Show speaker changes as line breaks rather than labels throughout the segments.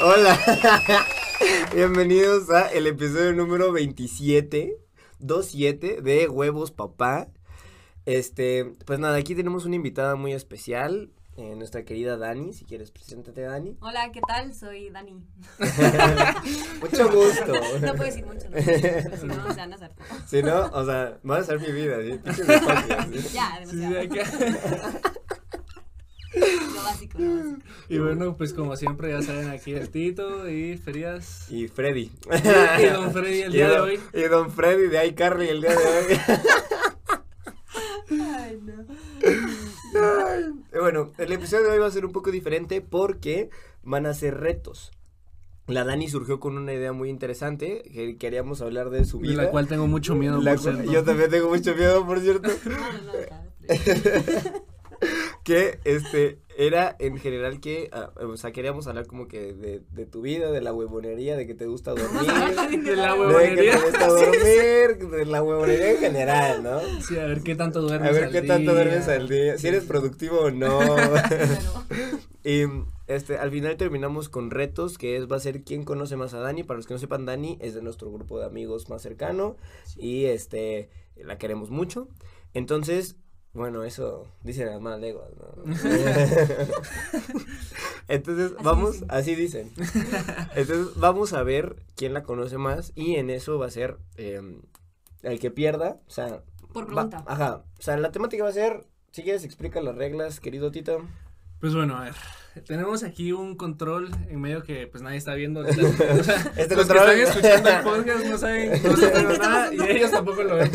Hola. Bienvenidos a el episodio número 27, 27 de Huevos Papá. Este, pues nada, aquí tenemos una invitada muy especial, eh, nuestra querida Dani, si quieres preséntate Dani.
Hola, ¿qué tal? Soy Dani.
Mucho gusto.
No puedo decir mucho, ¿no? Si no, se van a hacer.
Si no, o sea, va a ser mi vida, ¿sí? Pinche despacio, ¿sí?
Ya,
Sí, sí,
demasiado.
acá.
Lo básico, lo básico.
Y bueno, pues como siempre ya saben aquí el Tito y Frías.
Y Freddy.
Y Don Freddy el
Y
día de
don-
hoy.
Y Don Freddy de iCarly el día de hoy.
Ay, no.
Eh, Bueno, el episodio de hoy va a ser un poco diferente porque van a ser retos. La Dani surgió con una idea muy interesante que queríamos hablar de su
De
vida.
la cual tengo mucho miedo
La
por
cual-
ser, ¿no?
yo también tengo mucho miedo, por cierto.
No, no, no, está.
que este era en general que, ah, o sea, queríamos hablar como que de, de tu vida, de la huevonería, de que te gusta dormir.
De la
De que te
huevonería.
gusta dormir, de la huevonería en general, ¿no?
Sí, a ver qué tanto duermes
A ver
al
qué tanto
día.
duermes al día, si eres productivo o no.
Pero-
Y este, al final terminamos con retos, que es, va a ser quién conoce más a Dani. Para los que no sepan, Dani es de nuestro grupo de amigos más cercano y este, la queremos mucho. Entonces, bueno, eso dicen las malas lenguas, ¿no? Entonces,
Así
vamos,
dicen.
así dicen. Entonces, vamos a ver quién la conoce más y en eso va a ser em, el que pierda, o sea...
Por
va-
pregunta.
ajá, o sea, la temática va a ser, si quieres explica las reglas, querido Tito.
Pues bueno, a ver. Tenemos aquí un control en medio que pues nadie está viendo. ahorita. O sea,
Este
los
control.
que están escuchando el podcast no saben, no saben
estamos
nada y
haciendo?
ellos tampoco lo ven.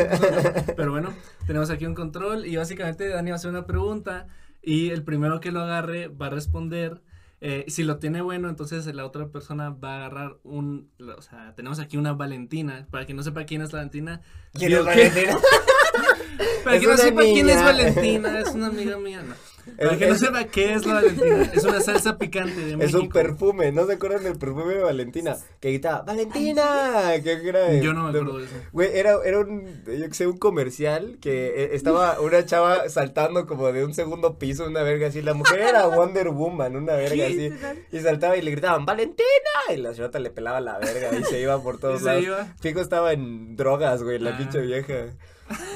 Pero bueno, tenemos aquí un control y básicamente Dani va a hacer una pregunta y el primero que lo agarre va a responder. Eh, si lo tiene bueno, entonces la otra persona va a agarrar un... O sea, tenemos aquí una Valentina. Para quien no sepa quién es la Valentina.
¿Quién
digo
es
que-
Valentina?
Para
Es
quien no
una
sepa quién es
niña.
Valentina, es una amiga mía. No. Para
Es-
que no
es-
sepa qué es la Valentina, es una salsa picante de
Es
México.
un perfume, ¿no se acuerdan del perfume de Valentina? Que gritaba, ¡Valentina! Que era, de-
Yo no me
de-
acuerdo de eso.
Güey, era, era un, yo que sé, un comercial que eh, estaba una chava saltando como de un segundo piso, una verga así. La mujer era Wonder Woman, una verga así. Y saltaba y le gritaban, ¡Valentina! Y la chota le pelaba la verga y se iba por todos
Y se
lados.
iba.
Fico estaba en drogas, güey, la
Ah.
pinche vieja.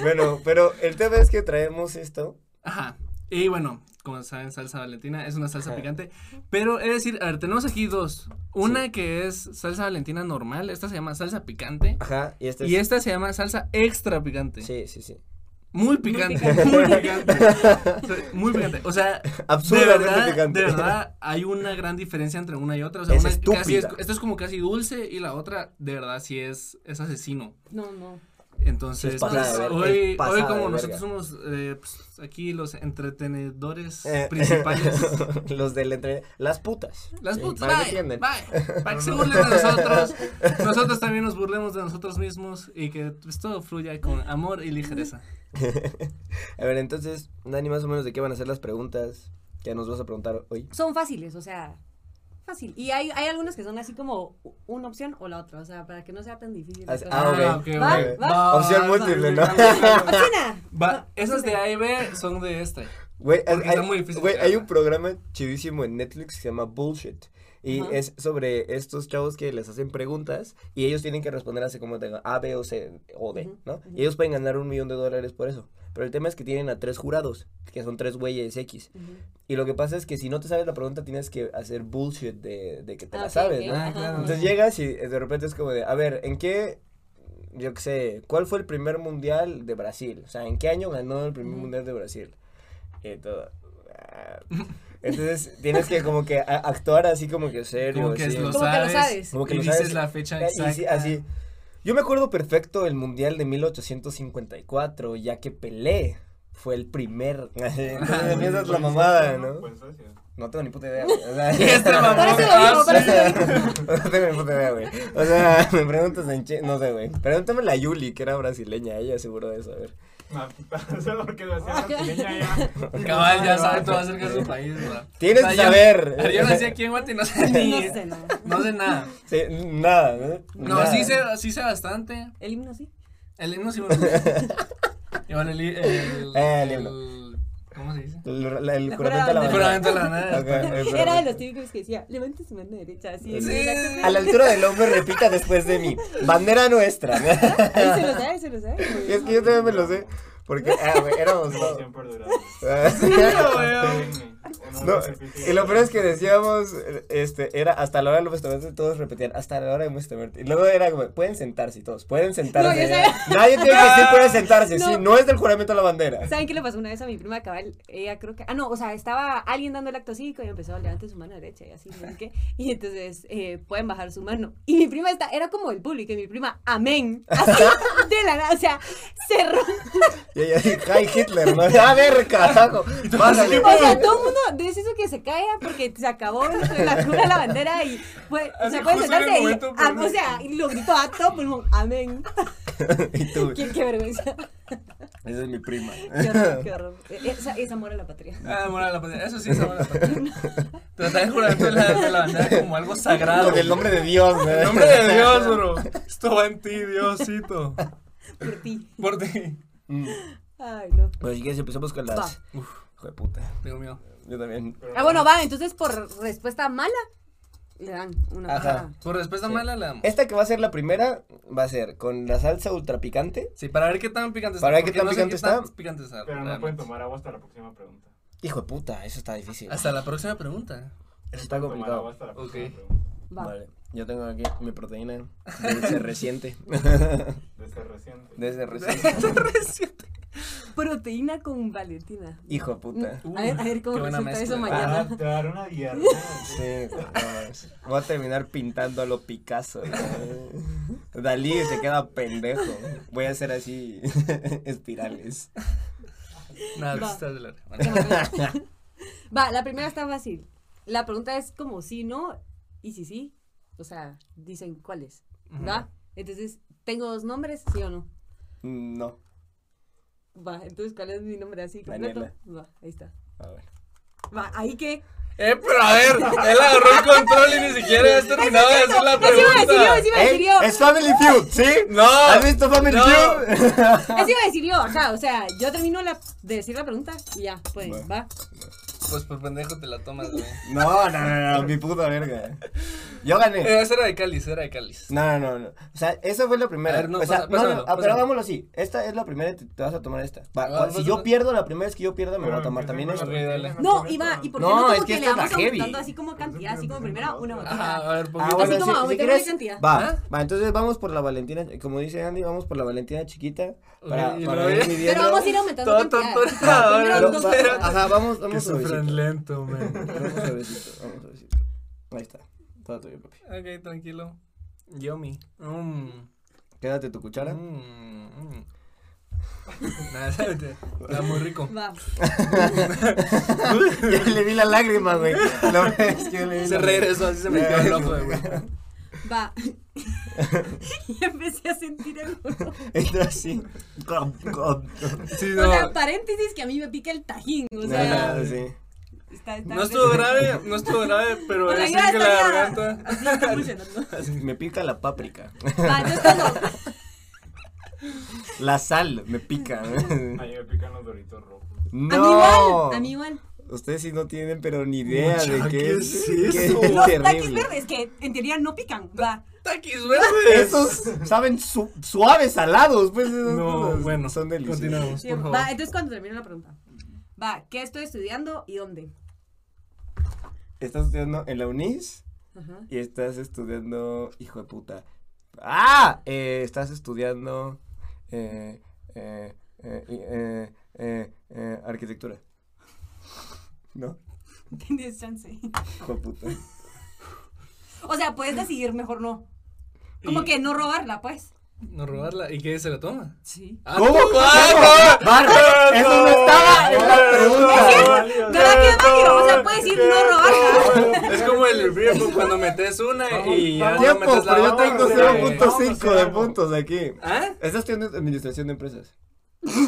Bueno, pero el tema es que traemos esto.
Ajá. Y bueno, como saben, salsa valentina es una salsa
Ajá.
picante. Pero es decir, a ver, tenemos aquí dos. Una que es salsa valentina normal, esta se llama salsa picante.
Ajá, y este
Y
es...
esta se llama salsa extra picante.
Sí, sí, sí.
Muy picante. Muy picante. O sea, Muy picante. O sea, de
Absurdamente
verdad,
picante.
de verdad, hay una gran diferencia entre una y otra. O sea,
Es
una casi
estúpida.
esto es como casi dulce y la otra, de verdad, sí es, es asesino.
No, no.
Entonces,
Es pasada
pues,
de ver- es
hoy,
pasada
hoy
de verga.
como nosotros somos eh, pues, aquí los entretenedores
Eh,
principales.
Los del entre... Las putas.
Las
Sí,
putas,
Para que
vaya,
entiendan.
vaya, para que se burlen de nosotros, nosotros también nos burlemos de nosotros mismos y que pues, todo fluya con amor y ligereza.
A ver, entonces, Dani, más o menos de qué van a ser las preguntas que nos vas a preguntar hoy.
Son fáciles, o sea, fácil. Y hay, hay algunos que son así como u- una opción o la otra, o sea, para que no sea tan difícil.
Así-
Pero-
ah, ok.
Ah, ok,
Va,
ok.
va.
Opción múltiple, ¿no?
Opciona.
Va, esas de A y B son de este.
Güey, hay,
Porque está muy difícil
güey, hay
sacarla.
un programa chidísimo en Netflix que se llama Bullshit. Y
Ajá.
es sobre estos chavos que les hacen preguntas y ellos tienen que responder así como tenga A, B o C o D,
Ujú,
¿no?
ujú.
Y ellos pueden ganar un millón de dólares por eso. Pero el tema es que tienen a tres jurados, que son tres güeyes X.
Ujú.
Y lo que pasa es que si no te sabes la pregunta, tienes que hacer bullshit de, de que te
Ah,
la
ok,
sabes,
ok,
¿no?
ajá,
claro.
ajá.
Entonces llegas y eh, de repente es como de, a ver, ¿en qué, yo qué sé, cuál fue el primer mundial de Brasil? O sea, ¿en qué año ganó el primer
Ujú.
mundial de Brasil? Y todo. ah. Entonces tienes que como que a- actuar así como que serio.
Como que
así.
lo
Como que lo
sabes.
sabes.
Como que
y
lo
dices
sabes.
la fecha
Ah, y sí,
exacta.
así. Yo me acuerdo perfecto del mundial de 1854, ya que Pelé fue el primer. Entonces empiezas la mamada, ¿no? No tengo ni puta idea. güey. O sea,
Y este mamón.
Parece lo mismo,
Ah,
parece
sí.
lo
no tengo ni puta idea, güey. O sea, me preguntas en che... No sé, güey. Pregúntame la Yuli, que era brasileña. Ella seguro de saber.
Solo porque lo hacía brasileña ya.
Cabal, ya sabe todo acerca de su país, ¿verdad?
Tienes
O sea,
que
yo-
saber.
Pero yo nací aquí en Guate y no sé ni.
No sé, no.
no sé nada.
Sí, nada, ¿no?
No,
Nada.
sí sé, sí sé bastante.
El himno sí.
El himno sí me lo sé. Y bueno, el, el,
Eh, el himno.
¿Cómo se dice?
El, la- el
La
juramento a la
jurada.
bandera.
Juramento a la bandera.
Ok, el
Era de
juramento.
los típicos que decía, levante su mano derecha, así.
Sí.
en la
A la altura del hombre repita después de mí. Bandera nuestra.
cosa- Ahí se lo sabe, se lo
Y
sabe.
es que yo también me lo sé. Porque ah, güey, éramos dos.
Relación perdurable.
No, y lo peor es que decíamos, este, era hasta la hora de los restaurantes, todos repetían, hasta la hora de nuestra muerte. Y luego era como, pueden sentarse y todos, pueden sentarse.
No, yo sabía.
Nadie tiene que decir pueden sentarse,
No.
sí, no es del juramento a la bandera.
Pues, ¿Saben qué le pasó una vez a mi prima cabal? Ella creo que. Ah, no, o sea, estaba alguien dando el acto cívico y empezó a levante su mano derecha y así, no sé qué. Y entonces eh, pueden bajar su mano. Y mi prima está, era como el público, y mi prima, amén. Así de la nada, o sea, cerró.
Y ella dijo, ay, Hitler, ¿no? A ver, carajo. pásale".
O sea, todo el mundo dice eso que se caiga porque se acabó la cura de la bandera y fue, o sea,
Así,
pueden
justo en el
sentarse y,
momento,
ah,
pero-
o sea, y lo gritó a todo pulmón, amén.
Y tú,
Qué, qué vergüenza.
esa es mi prima.
Qué horror, qué horror. E, Esa es amor a la patria.
Ah, amor a la bandera. Eso sí es amor a la bandera. Tratar el juramento de la, de la bandera como algo sagrado.
Con el nombre de Dios, güey.
El nombre de Dios, bro. Esto va en ti, Diosito.
Por ti.
Por ti.
Mm.
Ay, no.
Pues si quieres empezamos con las...
Va.
Hijo de puta.
Tengo miedo.
Yo también.
Ah, bueno, va, entonces por respuesta mala le dan una
Ajá.
tajada.
Por respuesta mala la damos.
Esta que va a ser la primera va a ser con la salsa ultra picante.
Sí, para ver qué tan picante
Para ver qué
porque
tan
no sé
picante
tan
está.
picante está,
Pero no
realmente.
pueden tomar agua hasta la próxima pregunta.
Hijo de puta, eso está difícil.
Hasta la próxima pregunta.
Eso está
Tomar agua
complicado.
hasta la
Ok.
próxima pregunta.
Va.
Vale, yo tengo aquí mi proteína desde reciente.
Desde reciente.
desde reciente.
Reciente.
Proteína con Valentina.
Hijo de
Mm,
puta.
uh,
A ver, a ver cómo
Qué buena
resulta
mezcla.
eso
Te
mañana.
va a dar- Te va a dar una diarrea.
Sí, no mames. Voy a terminar pintando a lo Picasso. güey. Dalí se queda pendejo. Voy a hacer así espirales.
Nada,
Va.
estás de la bueno.
Qué maravilla. Va, la primera está fácil. La pregunta es como sí, no, y si sí, o sea, dicen cuáles, ¿va? Entonces, ¿tengo dos nombres, sí o no?
No.
Va, entonces, ¿cuál es mi nombre así completo?
Daniela.
Va, ahí está.
A ver.
Va, ahí que...
Eh, pero a ver, él agarró el control y ni siquiera has terminado de hacer la
Eso iba a decir yo,
pregunta.
eso iba a decir
¿Eh?
yo.
Es Family Feud, ¿sí?
No.
¿Has visto Family
No.
Feud?
Eso iba a decir yo, ajá, o sea, yo termino la- de decir la pregunta y ya, pues,
Va.
va.
Pues por pendejo te la tomas, güey.
No, no, no, no, mi puta verga. Yo gané.
Eh, esa era de cáliz, era de cáliz.
No, no, no, no. O sea, esa fue la primera.
A ver, no,
o sea, no,
pasa-
no,
pásamelo,
ah, pero
pásamelo.
hagámoslo así. Esta es la primera y te, te vas a tomar esta. Va,
Ah,
o- si
pásame.
yo pierdo, la primera vez que yo pierda, me voy a tomar
Pero
también
empieza
esta.
con
Ok,
la
dale.
primera
No,
pregunta.
Iba, ¿y por qué
No,
no,
es
como
que
que, le
esta
vamos
está heavy.
aumentando así como cantidad, así como primera una
Ajá,
botella?
a ver,
Ah,
poquito.
bueno,
Así como
si- si,
aumentar la
quieres,
cantidad.
va,
Ajá.
va, entonces vamos por la Valentina, como dice Andy, vamos por la Valentina chiquita
Ok,
para,
y
para
luego
ir
ya-
midiendo.
Pero vamos a ir aumentando
Todo
cantidad.
torturado,
Ajá,
ahora
primero
Pero
dos
va-
cosas.
ajá, vamos,
Que
vamos
sufran
suavecito.
lento, man.
Vamos suavecito, vamos suavecito. Ahí está. Todo tuyo, papi.
ok, tranquilo. Yomi. Mmm.
Quédate tu cuchara.
Mmm. Nada, ¿sabes? Está muy rico.
Va.
yo le vi la lágrima, güey. Lo ves que yo le vi
Se
la
regresó, así se metió el ojo, güey.
Va. y empecé a sentir el olor.
Entonces, sí.
Sí,
O sea,
no.
paréntesis que a mí me pica el tajín. O sea,
Ajá, sí.
está, está
No estuvo grave, no estuvo grave, pero
O sea,
es
yo
que la
estaría-
garganta.
Así está funcionando.
Me pica la páprica.
Va, entonces cuando.
La sal me pica.
A mí me pican los doritos rojos.
No.
A mí igual. A mí igual.
Ustedes sí no tienen, pero ni idea de
Mucha,
qué
¿qué
es,
es
qué
eso?
es
Los taquis
terrible.
verdes que en teoría no pican. Va.
¡Taquis verdes!
Esos saben su- suaves, salados, pues. esas
No,
cosas
bueno.
Son deliciosos.
Continuamos,
Sí,
por favor.
va, entonces cuando termino la pregunta. Va, ¿qué estoy estudiando y dónde?
Estás estudiando en la UNIS
Ajá.
y estás estudiando. Hijo de puta. ¡Ah! Eh, estás estudiando. eh, eh, eh, eh, eh, eh, arquitectura. ¿No?
Tienes chance.
Hijo de puta.
O sea, puedes decidir mejor no. Como
Y-
que no robarla, pues.
No robarla. ¿Y qué se la toma?
Sí.
Ah,
¿Cómo?
¿tú?
¿Cómo? Bárbara,
no!
eso no estaba en la pregunta.
¿Verdad que Mario? O sea, puedes decir no robarla.
Es como el refri cuando metes una y ya
Vamos,
no
Tiempo,
metes la
pero yo
otra,
tengo
sí.
güey.
0.5
Vamos a
de
hacer
puntos aquí.
¿Ah?
Estás estudiando administración de empresas.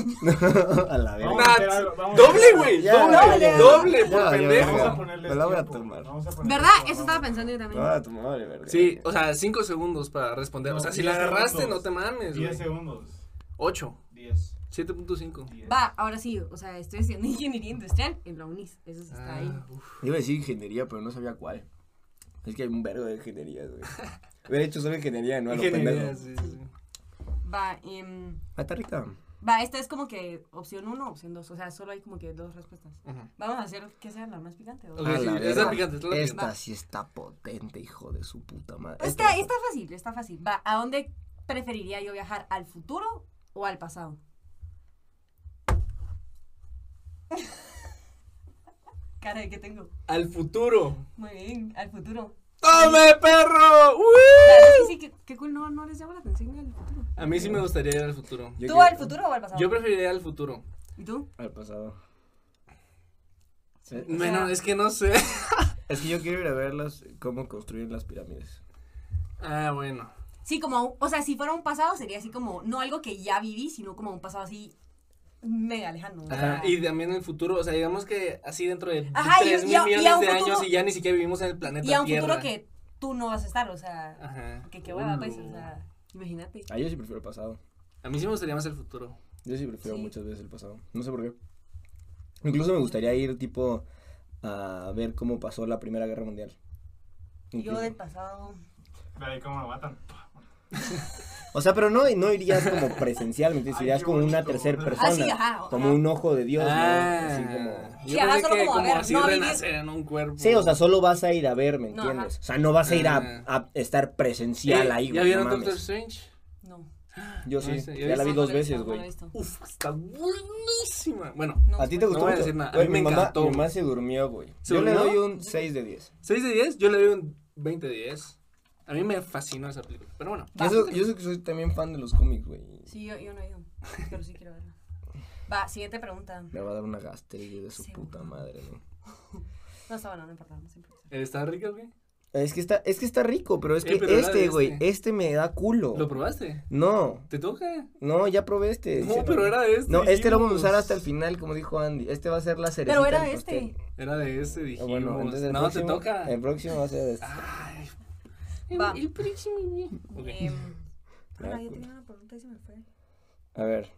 A la
Vamos
verga.
a hacer algo,
Nah,
vamos a
doble,
hacer
güey,
algo.
doble,
Ya,
doble,
ya, ya,
por
ya,
pendejo.
Vamos
ya.
a ponerle
Me la voy a
tiempo,
tomar.
vamos a ponerle
¿Verdad?
tiempo,
Eso estaba
vamos.
pensando yo también.
Ah, tu madre, verga.
Sí, o sea, 5 segundos para responder. O sea, si la agarraste, no te mames,
10
güey.
segundos.
8.
10.
7.5.
Diez.
Va, ahora sí, o sea, estoy haciendo ingeniería industrial en la UNIS. Eso sí está ahí.
Ah, uf.
Iba a decir ingeniería, pero no sabía cuál. Es que hay un vergo de ingenierías, güey. Hubiera hecho solo ingeniería, no a lo
Ingeniería,
pendejo.
sí, sí, sí.
Va, em,
Ah, está rica.
va, esta es como que opción 1, opción 2. O sea, solo hay como que dos respuestas.
Ajá.
Vamos a hacer que sea la más picante. ¿o?
Ok,
A
sí,
la
esta
verga.
es picante, esta es la
Esta
picante.
sí está potente, hijo de su puta madre.
Pues Está,
Esta-
está fácil, está fácil. Va, ¿a dónde preferiría yo viajar? ¿Al futuro o al pasado? Cara, ¿qué tengo?
Al futuro.
Muy bien, al futuro.
¡Tome, perro!
La
¡Uy!
verdad es que sí, qué, qué cool, no, no les llama la atención el futuro.
A mí sí me gustaría ir al futuro.
Yo
¿Tú
creo-
al futuro o al pasado?
Yo preferiría ir al futuro.
¿Y tú?
Al pasado. Eh,
Bueno, es que no sé.
Es que yo quiero ir a verlas, cómo construyen las pirámides.
Ah, bueno.
Sí, como, un- o sea, si fuera un pasado sería así como, no algo que ya viví, sino como un pasado así mega lejano. ¿no?
Ajá, Ah, y también en el futuro, o sea, digamos que así dentro de
Ajá, y-
3
y
mil
a- y a
millones
un
de
futuro-
años y ya ni siquiera vivimos en el planeta
Y a un
Tierra.
futuro que tú no vas a estar, o sea,
Ajá. Uh.
que qué hueva, pues, o
Ulu.
sea, imagínate.
Ah, yo sí prefiero el pasado.
A mí sí me gustaría más el futuro.
Yo sí prefiero
Sí.
muchas veces el pasado. No sé por qué. Incluso me gustaría ir, tipo, a ver cómo pasó la Primera Guerra Mundial.
Yo
Incluso.
del pasado.
De ahí cómo lo matan.
O sea, pero no, no irías como presencial, ¿me entiendes?
Ay,
Irías
qué
como una
bonito.
tercera
Ah,
persona.
sí, ajá,
como
ajá.
un ojo de Dios, ¿no?
Ah.
Así como...
Yo
Sí, ajá,
pensé
solo
que
como a
como
ver,
así
no a vivir.
renacer en un cuerpo.
Sí, o sea, solo vas a ir a ver, ¿me
No,
entiendes? O sea, no vas a ir a, a estar presencial
Eh,
ahí, güey.
Ah. ¿Ya
no
vieron
mames.
Doctor Strange?
No.
Yo sí,
No este, sé, yo
ya la vi
No, no
dos
lo he visto,
veces,
no lo he
güey.
visto.
Uf, está buenísima. Bueno,
No,
¿A ti te
pues,
gustó?
voy a
mucho?
decir nada, a
Güey,
mí me
mi mamá-
encantó,
Mi
güey.
mamá se durmió, güey.
¿Se
Yo le doy
durmió?
un 6 de 10.
6 de 10, yo le doy un 20 de 10. A mí me fascinó esa película. Pero bueno,
Yo soy, yo soy que soy también fan de los cómics, güey.
Sí, yo, yo no he ido, pero sí quiero verla. Va, siguiente pregunta.
Me va a dar una gastritis de su
Sí.
puta madre, ¿no?
No está bueno, no importa, vamos a improvisar.
eh, ¿está rica o qué?
Es que está, es que está rico, pero es
Eh,
que
pero era de
este, güey,
este.
este me da culo.
¿Lo probaste?
No,
¿Te toca?
no, ya probé este.
No,
sí,
pero era de este.
No, este lo vamos a
dijimos.
usar hasta el final, como dijo Andy. Este va a ser la cerecita
Pero era
del
este.
pastel.
Era de este,
Ah,
dijimos.
Bueno, entonces el
no,
próximo,
te toca.
El próximo va a ser este.
Ay.
Va.
El próximo. Ok.
Em,
Me da
ah, yo
culo.
tenía una pregunta y se me fue.
A ver.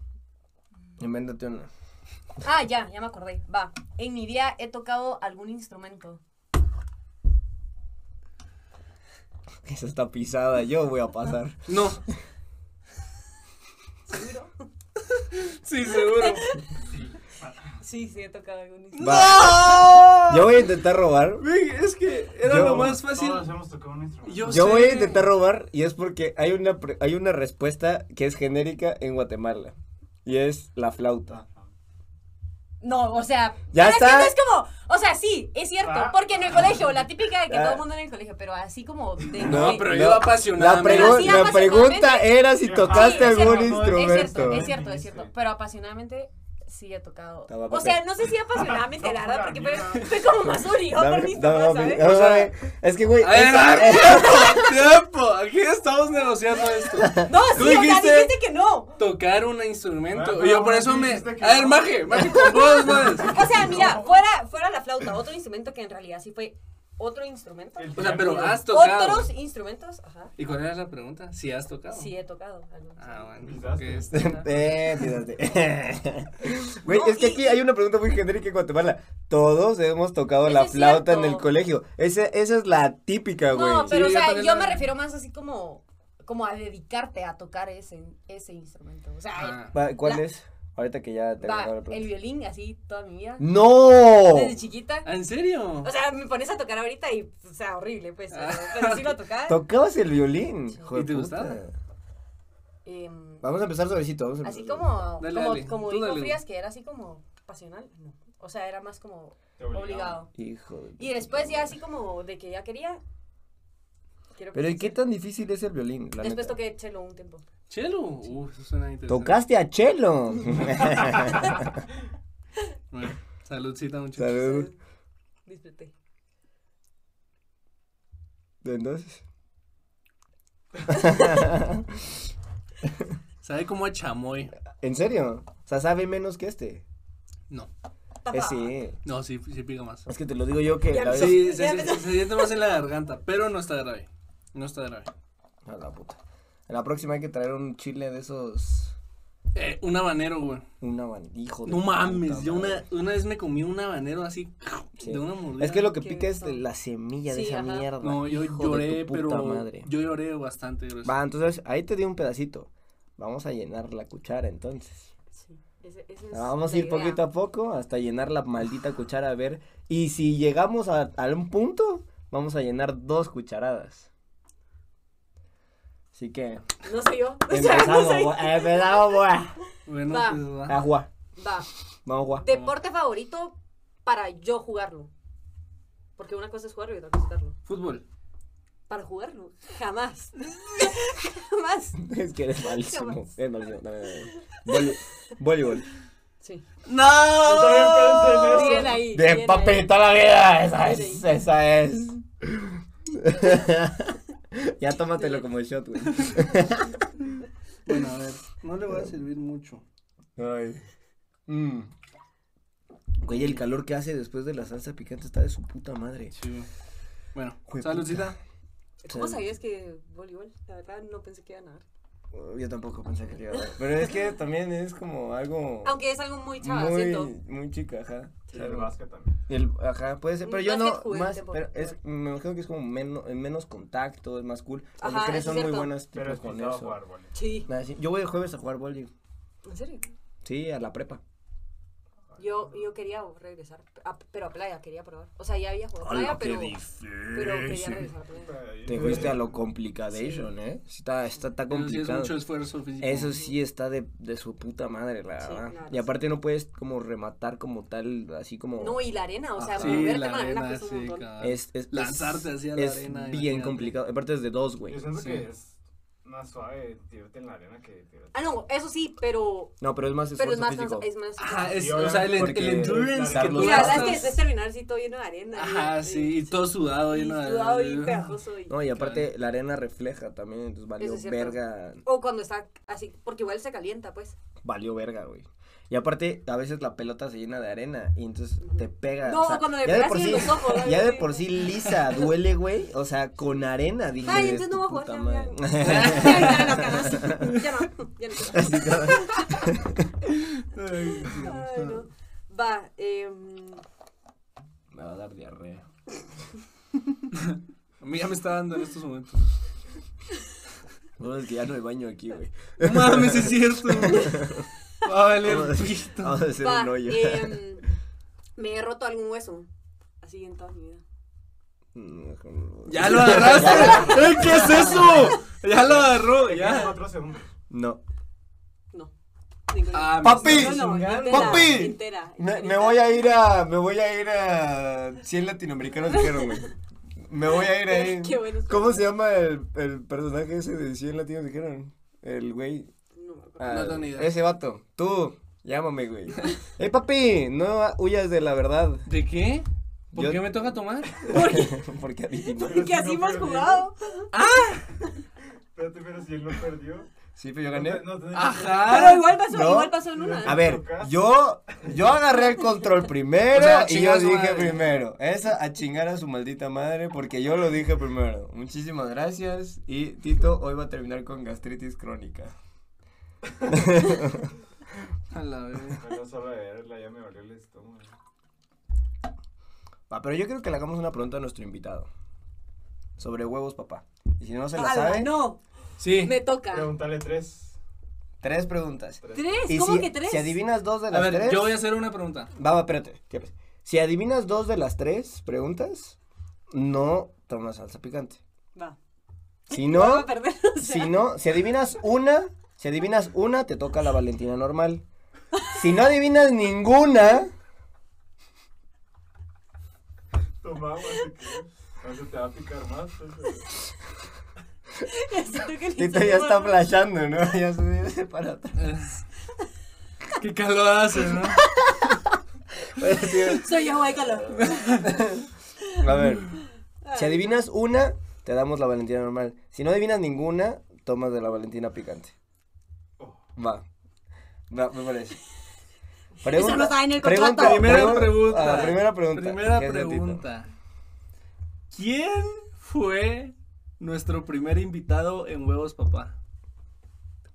Invéntate una.
Ah, ya, ya me acordé. Va. En mi vida he tocado algún instrumento.
Esa está pisada, yo voy a pasar.
No. Sí, seguro.
Sí, sí, he tocado algún
Va. Yo voy a intentar robar.
Güey, es que era
Yo-
lo más fácil.
Todos hemos tocado un instrumento.
Yo-
Yo
sé.
voy a intentar robar y es porque hay una, pre- hay una respuesta que es genérica en Guatemala. Y es la flauta.
No, o sea.
Ya
pero es que
está.
no es como. O sea, sí, es cierto.
Ah.
Porque en el colegio, la típica de que
Ah.
todo el mundo en el colegio, pero así como. De,
No,
de-
pero yo apasionada,
La,
mira.
pregun-
Así
la pregunta
apasionadamente.
era si
Sí,
tocaste
es
algún
cierto,
instrumento.
Es cierto, es cierto, es cierto.
Sí.
Pero apasionadamente sí he tocado.
Toma,
O
papel.
sea, no sé si apasionadamente, la verdad, porque fue,
Toma,
fue como más obligado por
Dame-
mis
dame-
papás,
dame-
¿sabes?
dame-
O sea,
dame- es que, güey,
A ver,
es-
a ver, tiempo, tiempo. Aquí estamos negociando esto.
No, sí,
Tú
o sea,
dijiste-
dijiste que no.
Tocar un instrumento.
Bueno,
Y yo por
pero
eso me. A
Ah, dijiste que
ver,
no.
maje, maje con vos, maje.
O sea, mira, fuera, fuera la flauta, otro instrumento que en realidad sí fue otro instrumento.
El-
O sea, pero has tocado.
Otros instrumentos, ajá.
¿Y cuál era la pregunta? Si has tocado.
Sí he tocado. algunos.
Ah, bueno. este, que
Pisaste.
está-
Eh, fíjate. Güey,
No,
es que
y-
aquí hay una pregunta muy genérica en Guatemala. Todos hemos tocado
Eso
la
es
flauta en
cierto.
el colegio. Esa, esa es la típica, güey.
No, pero
Sí,
o
yo
sea, yo,
también la-
me refiero más así como, como a dedicarte a tocar ese, ese instrumento. O sea,
Ah.
Va, ¿Cuál
La-
es? Ahorita que ya te
va,
acabo la pregunta.
el violín así toda mi vida.
¡No!
Desde chiquita.
¿En serio?
O sea, me pones a tocar ahorita y, o sea, horrible, pues. Pero,
Ah.
pero sí lo tocaba.
Tocabas el violín.
Sí.
hijo de
¿Y te
puta.
gustaba?
Em,
Vamos a empezar suavecito. Vamos a empezar
así
suave.
como,
Dale,
como,
dale,
como
tú
dijo
dale.
Frías, que era así como pasional. No. O sea, era más como
Te obligaban.
obligado.
Hijo de
Y
puta
después ya
madre.
así como de que ya quería. Quiero
Pero ¿y qué
profesar.
tan difícil es el violín? La
Después
neta?
toqué chelo un tiempo.
Chelo. Uh, eso suena interesante.
Tocaste a Chelo.
Bueno, saludcita, muchachos.
Salud.
Disfruté.
Entonces.
¿Sabe cómo a chamoy?
¿En serio? O sea, sabe menos que este.
No.
Eh, sí.
No, sí, sí pica más.
Es que te lo digo yo que.
Ya
la
me
vez-
sofí-
Sí, se, se- se siente más en la garganta, pero no está grave. No está grave.
A la puta. A la próxima hay que traer un chile de esos.
Eh, un habanero, güey.
Un haban- hijo de
No
puta
mames, yo
madre.
una, una vez me comí un habanero así
Sí.
de una mordida.
Es que lo que
Qué
pica es
beso.
la semilla de
Sí,
esa
ajá.
mierda.
No, yo
hijo de tu
lloré,
puta
pero
madre.
yo lloré bastante. grueso.
Va, entonces ahí te di un pedacito. Vamos a llenar la cuchara entonces.
Sí, ese- esa es
Ah, Vamos a
la
ir
idea.
poquito a poco hasta llenar la maldita cuchara a ver. Y si llegamos a, a un punto, vamos a llenar dos cucharadas. Así que
No sé yo. O sea, no
empezamos,
sé.
güey, empezamos, güey.
Bueno,
Va.
pues, va.
Agua,
Va.
vamos, agua.
Deporte favorito para yo jugarlo. Porque una cosa es jugarlo y otra cosa es jugarlo.
Fútbol.
Para jugarlo, jamás. jamás.
Es que eres malísimo.
Jamás.
Eres malísimo. Dame, dame, dame. Voli- Voleibol.
Sí.
¡No!
también
Oh.
pensé en
Bien ahí.
Bien,
bien
papito, la vida. Esa es,
Sí.
esa es. ya tómatelo como shot, güey.
Bueno, a ver, no le voy a servir mucho.
Ay. Mm. Güey, el calor que hace después de la salsa picante está de su puta madre.
Sí. Bueno,
Jue-
saludcita.
ahí. ¿Cómo
Sí.
sabías que voleibol? La verdad no pensé que iba a nadar.
Oh, Yo tampoco pensé que llegaba. Pero es que también es como algo
Aunque es algo muy chava,
muy,
siento.
muy chica, ajá.
Sí,
Claro.
el básquet también.
El- ajá, puede ser,
Mm,
pero yo
básquet
no,
jugué un
más,
tiempo,
pero es,
jugué.
me imagino que es como menos, menos contacto, es más cool. Las
Ajá,
mujeres
eso
son
es
muy
cierto.
buenas tipo,
Pero es
con
pisado
eso.
jugar vole.
Sí.
Nada, sí. Yo voy el jueves a jugar boli,
¿En serio?
sí, a la prepa.
Yo, yo quería regresar, a- pero a playa, quería probar. O sea, ya había jugado a playa, pero, pero quería regresar a playa.
Te fuiste a lo complicadation, ¿eh? Sí, Está, está, está
Pero sí es
complicado.
mucho esfuerzo físico.
Eso sí está de, de su puta madre, la
Sí,
verdad.
claro,
Y
sí.
aparte no puedes como rematar como tal, así como...
No, y la arena, o sea,
Ajá. Sí,
moverte
Ah, la
con la arena
arena,
cuesta un
sí,
montón.
cabrón.
es, es-
Lanzarte
es-
hacia la
es
arena,
bien
imagínate.
complicado. Aparte es de dos, güey.
Yo siento
Sí.
que es más suave tirarte en la arena que tirarte.
Ah, no, eso sí, pero,
No, pero es más esfuerzo
pero es más,
físico.
cansa- es más
Ajá, es,
Sí,
o sea, el, el
porque
endurance que
usar
tú
los
Y la verdad es que
gastas.
después terminar así todo lleno de arena.
Ajá, sí, y todo sudado
Y
lleno de-
sudado y pegajoso. y-
No, y aparte la arena refleja también, entonces valió
Eso es cierto.
verga,
O cuando está así, porque igual se calienta, pues.
valió verga, güey. Y aparte, a veces la pelota se llena de arena y entonces te pega.
No,
o sea,
cuando me
ya de
pegas
por
en
sí,
los ojos, ¿no?
Ya de por sí lisa, duele, güey. O sea, con arena, dije.
Ay,
"Es
entonces
tu
no voy a jugar.
puta
Ya, ya,
madre".
ya, ya, no, no, ya no, ya no.
Así como-
Ay, no. Va, em,
Me va a dar diarrea.
A mí ya me está dando en estos momentos.
No, es que ya no hay baño aquí, güey.
No mames, es cierto. Va a valer
Vamos a-
pito.
Vamos a hacer
va,
un hoyo.
em, me he roto algún hueso. Así en toda mi vida.
Ya lo agarraste. ¡Eh, ¿Qué es eso? Ya lo agarró.
Te quedan
Ya.
cuatro segundos.
No.
No. Ninguno.
Ah, me
Papi.
está-
No, no,
chingando.
entera,
Papi.
entera,
Me, me
entera.
voy a ir a. Me voy a ir a. 100 latinoamericanos dijeron, güey. Me voy a ir ahí.
Qué bueno.
¿Cómo se llama el, el personaje ese de 100 latinos dijeron? El güey.
No me acuerdo.
ah,
No tengo ni idea.
Ese vato. Tú. Llámame, güey. Ey, papi, no huyas de la verdad.
¿De qué? ¿Por
Yo-
qué me toca tomar?
Porque adivinó.
Que así hemos
Pero-
jugado.
Espérate, pero si él lo perdió.
Sí, pero yo gané.
No, te- no,
Pero
Ajá.
igual pasó,
No.
igual pasó en una.
A ver, yo, yo agarré el control primero
O sea,
y
chingar
yo
a su
dije
madre.
primero. Esa a chingar a su maldita madre porque yo lo dije primero. Muchísimas gracias. Y Tito hoy va a terminar con gastritis crónica.
A la vez.
Pero solo de verla ya me dolió el estómago.
Va, pero yo creo que le hagamos una pregunta a nuestro invitado. Sobre huevos, papá. Y si no se la
Ala,
sabe,
No,
Sí.
me toca.
Pregúntale tres.
tres preguntas.
tres.
¿Tres?
Y
¿Cómo
si,
que tres?
Si adivinas dos de
A
las
ver,
tres.
yo voy a hacer una pregunta.
Va, va, espérate. ¿qué pasa? Si adivinas dos de las tres preguntas, no tomas salsa picante.
Va.
Si
Vamos
no,
a perder. o sea,
Si no, si adivinas una, si adivinas una, te toca la Valentina normal. Si no adivinas ninguna,
Toma, agua, si quieres. No se te va a picar más. pues,
siento que le
Tito
hice
ya está
por-
flashando, ¿no? Ya se dice para atrás.
Qué calor hace, ¿no?
Voy a decir,
Soy yo, güey, calor.
A ver, si adivinas una, te damos la Valentina normal. Si no adivinas ninguna, tomas de la Valentina picante.
Oh.
Va. Va, me parece.
Eso no está en el
pregunta,
contrato.
Primera
pregun-
pregunta.
ah, primera pregunta.
Primera
¿Qué es de Tito?
pregunta. ¿Quién fue nuestro primer invitado en Huevos Papá?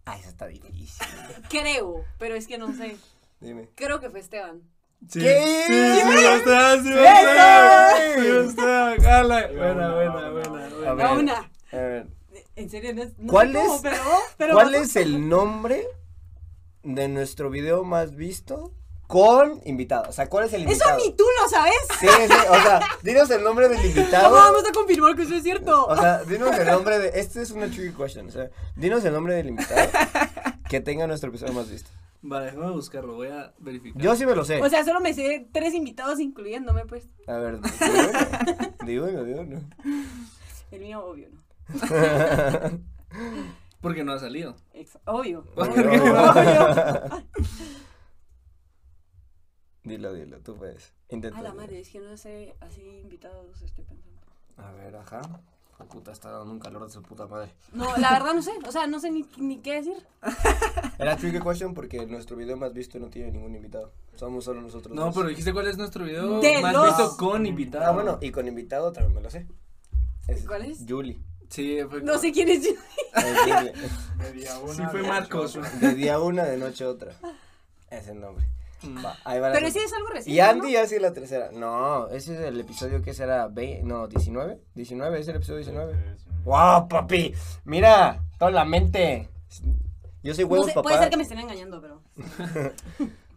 Ay, Ah, esa está difícil.
Creo, pero es que no sé.
Dime.
Creo que fue Esteban.
Sí,
¿Qué?
sí, sí, lo está, sí, lo está.
¡Eso!
Sí, lo está. Jala. Buena,
Una,
buena,
una,
buena. buena.
una.
A ver.
A una.
A ver,
En serio, no, es- no
¿Cuál
sé cómo,
es-
pero, pero
¿Cuál es el nombre de nuestro video más visto con invitado? O sea, ¿cuál es el
Eso
invitado?
ni tú lo sabes.
Sí, sí, o sea, dinos el nombre del
¿Cómo
invitado.
vamos a confirmar que eso es cierto?
O sea, dinos el nombre de. Este es una tricky question. O sea, dinos el nombre del invitado que tenga nuestro episodio más visto.
Va, déjame buscarlo, voy a verificar.
Yo sí me lo sé.
O sea, solo me sé tres invitados incluyéndome, pues.
A ver, digo uno, digo uno.
El mío, obvio, ¿no?
Porque no ha salido.
Ex- Obvio.
Obvio. Dilo, dilo, tú puedes. Intenta.
A la
dilo.
madre, es que no sé, así invitados estoy pensando.
A ver, ajá. Oh, puta, está dando un calor de su puta madre.
No, la verdad no sé, o sea, no sé ni, ni qué decir.
Era tricky question porque nuestro video más visto no tiene ningún invitado. Somos solo nosotros.
No,
dos.
pero dijiste cuál es nuestro video
De
más
los-
visto con invitado.
Ah, bueno, y con invitado también me lo sé.
¿Cuál es?
Julie.
Sí, fue
No sé quién es yo.
Es Julie.
Media una,
Sí, fue
de pues.
Marcos.
ocho, ocho.
De día una, de noche otra. Es el nombre.
Mm.
Va, ahí va la
Pero
tercera.
ese es algo reciente.
Y Andy
¿no?
ya sí la tercera. No, ese es el episodio que será. ve- No, 19. 19, es el episodio
Eh.
19.
Eh, Sí, sí.
¡Wow, papi! Mira, toda la mente. Yo soy
No
huevos,
sé,
papá.
puede ser que me estén engañando, pero.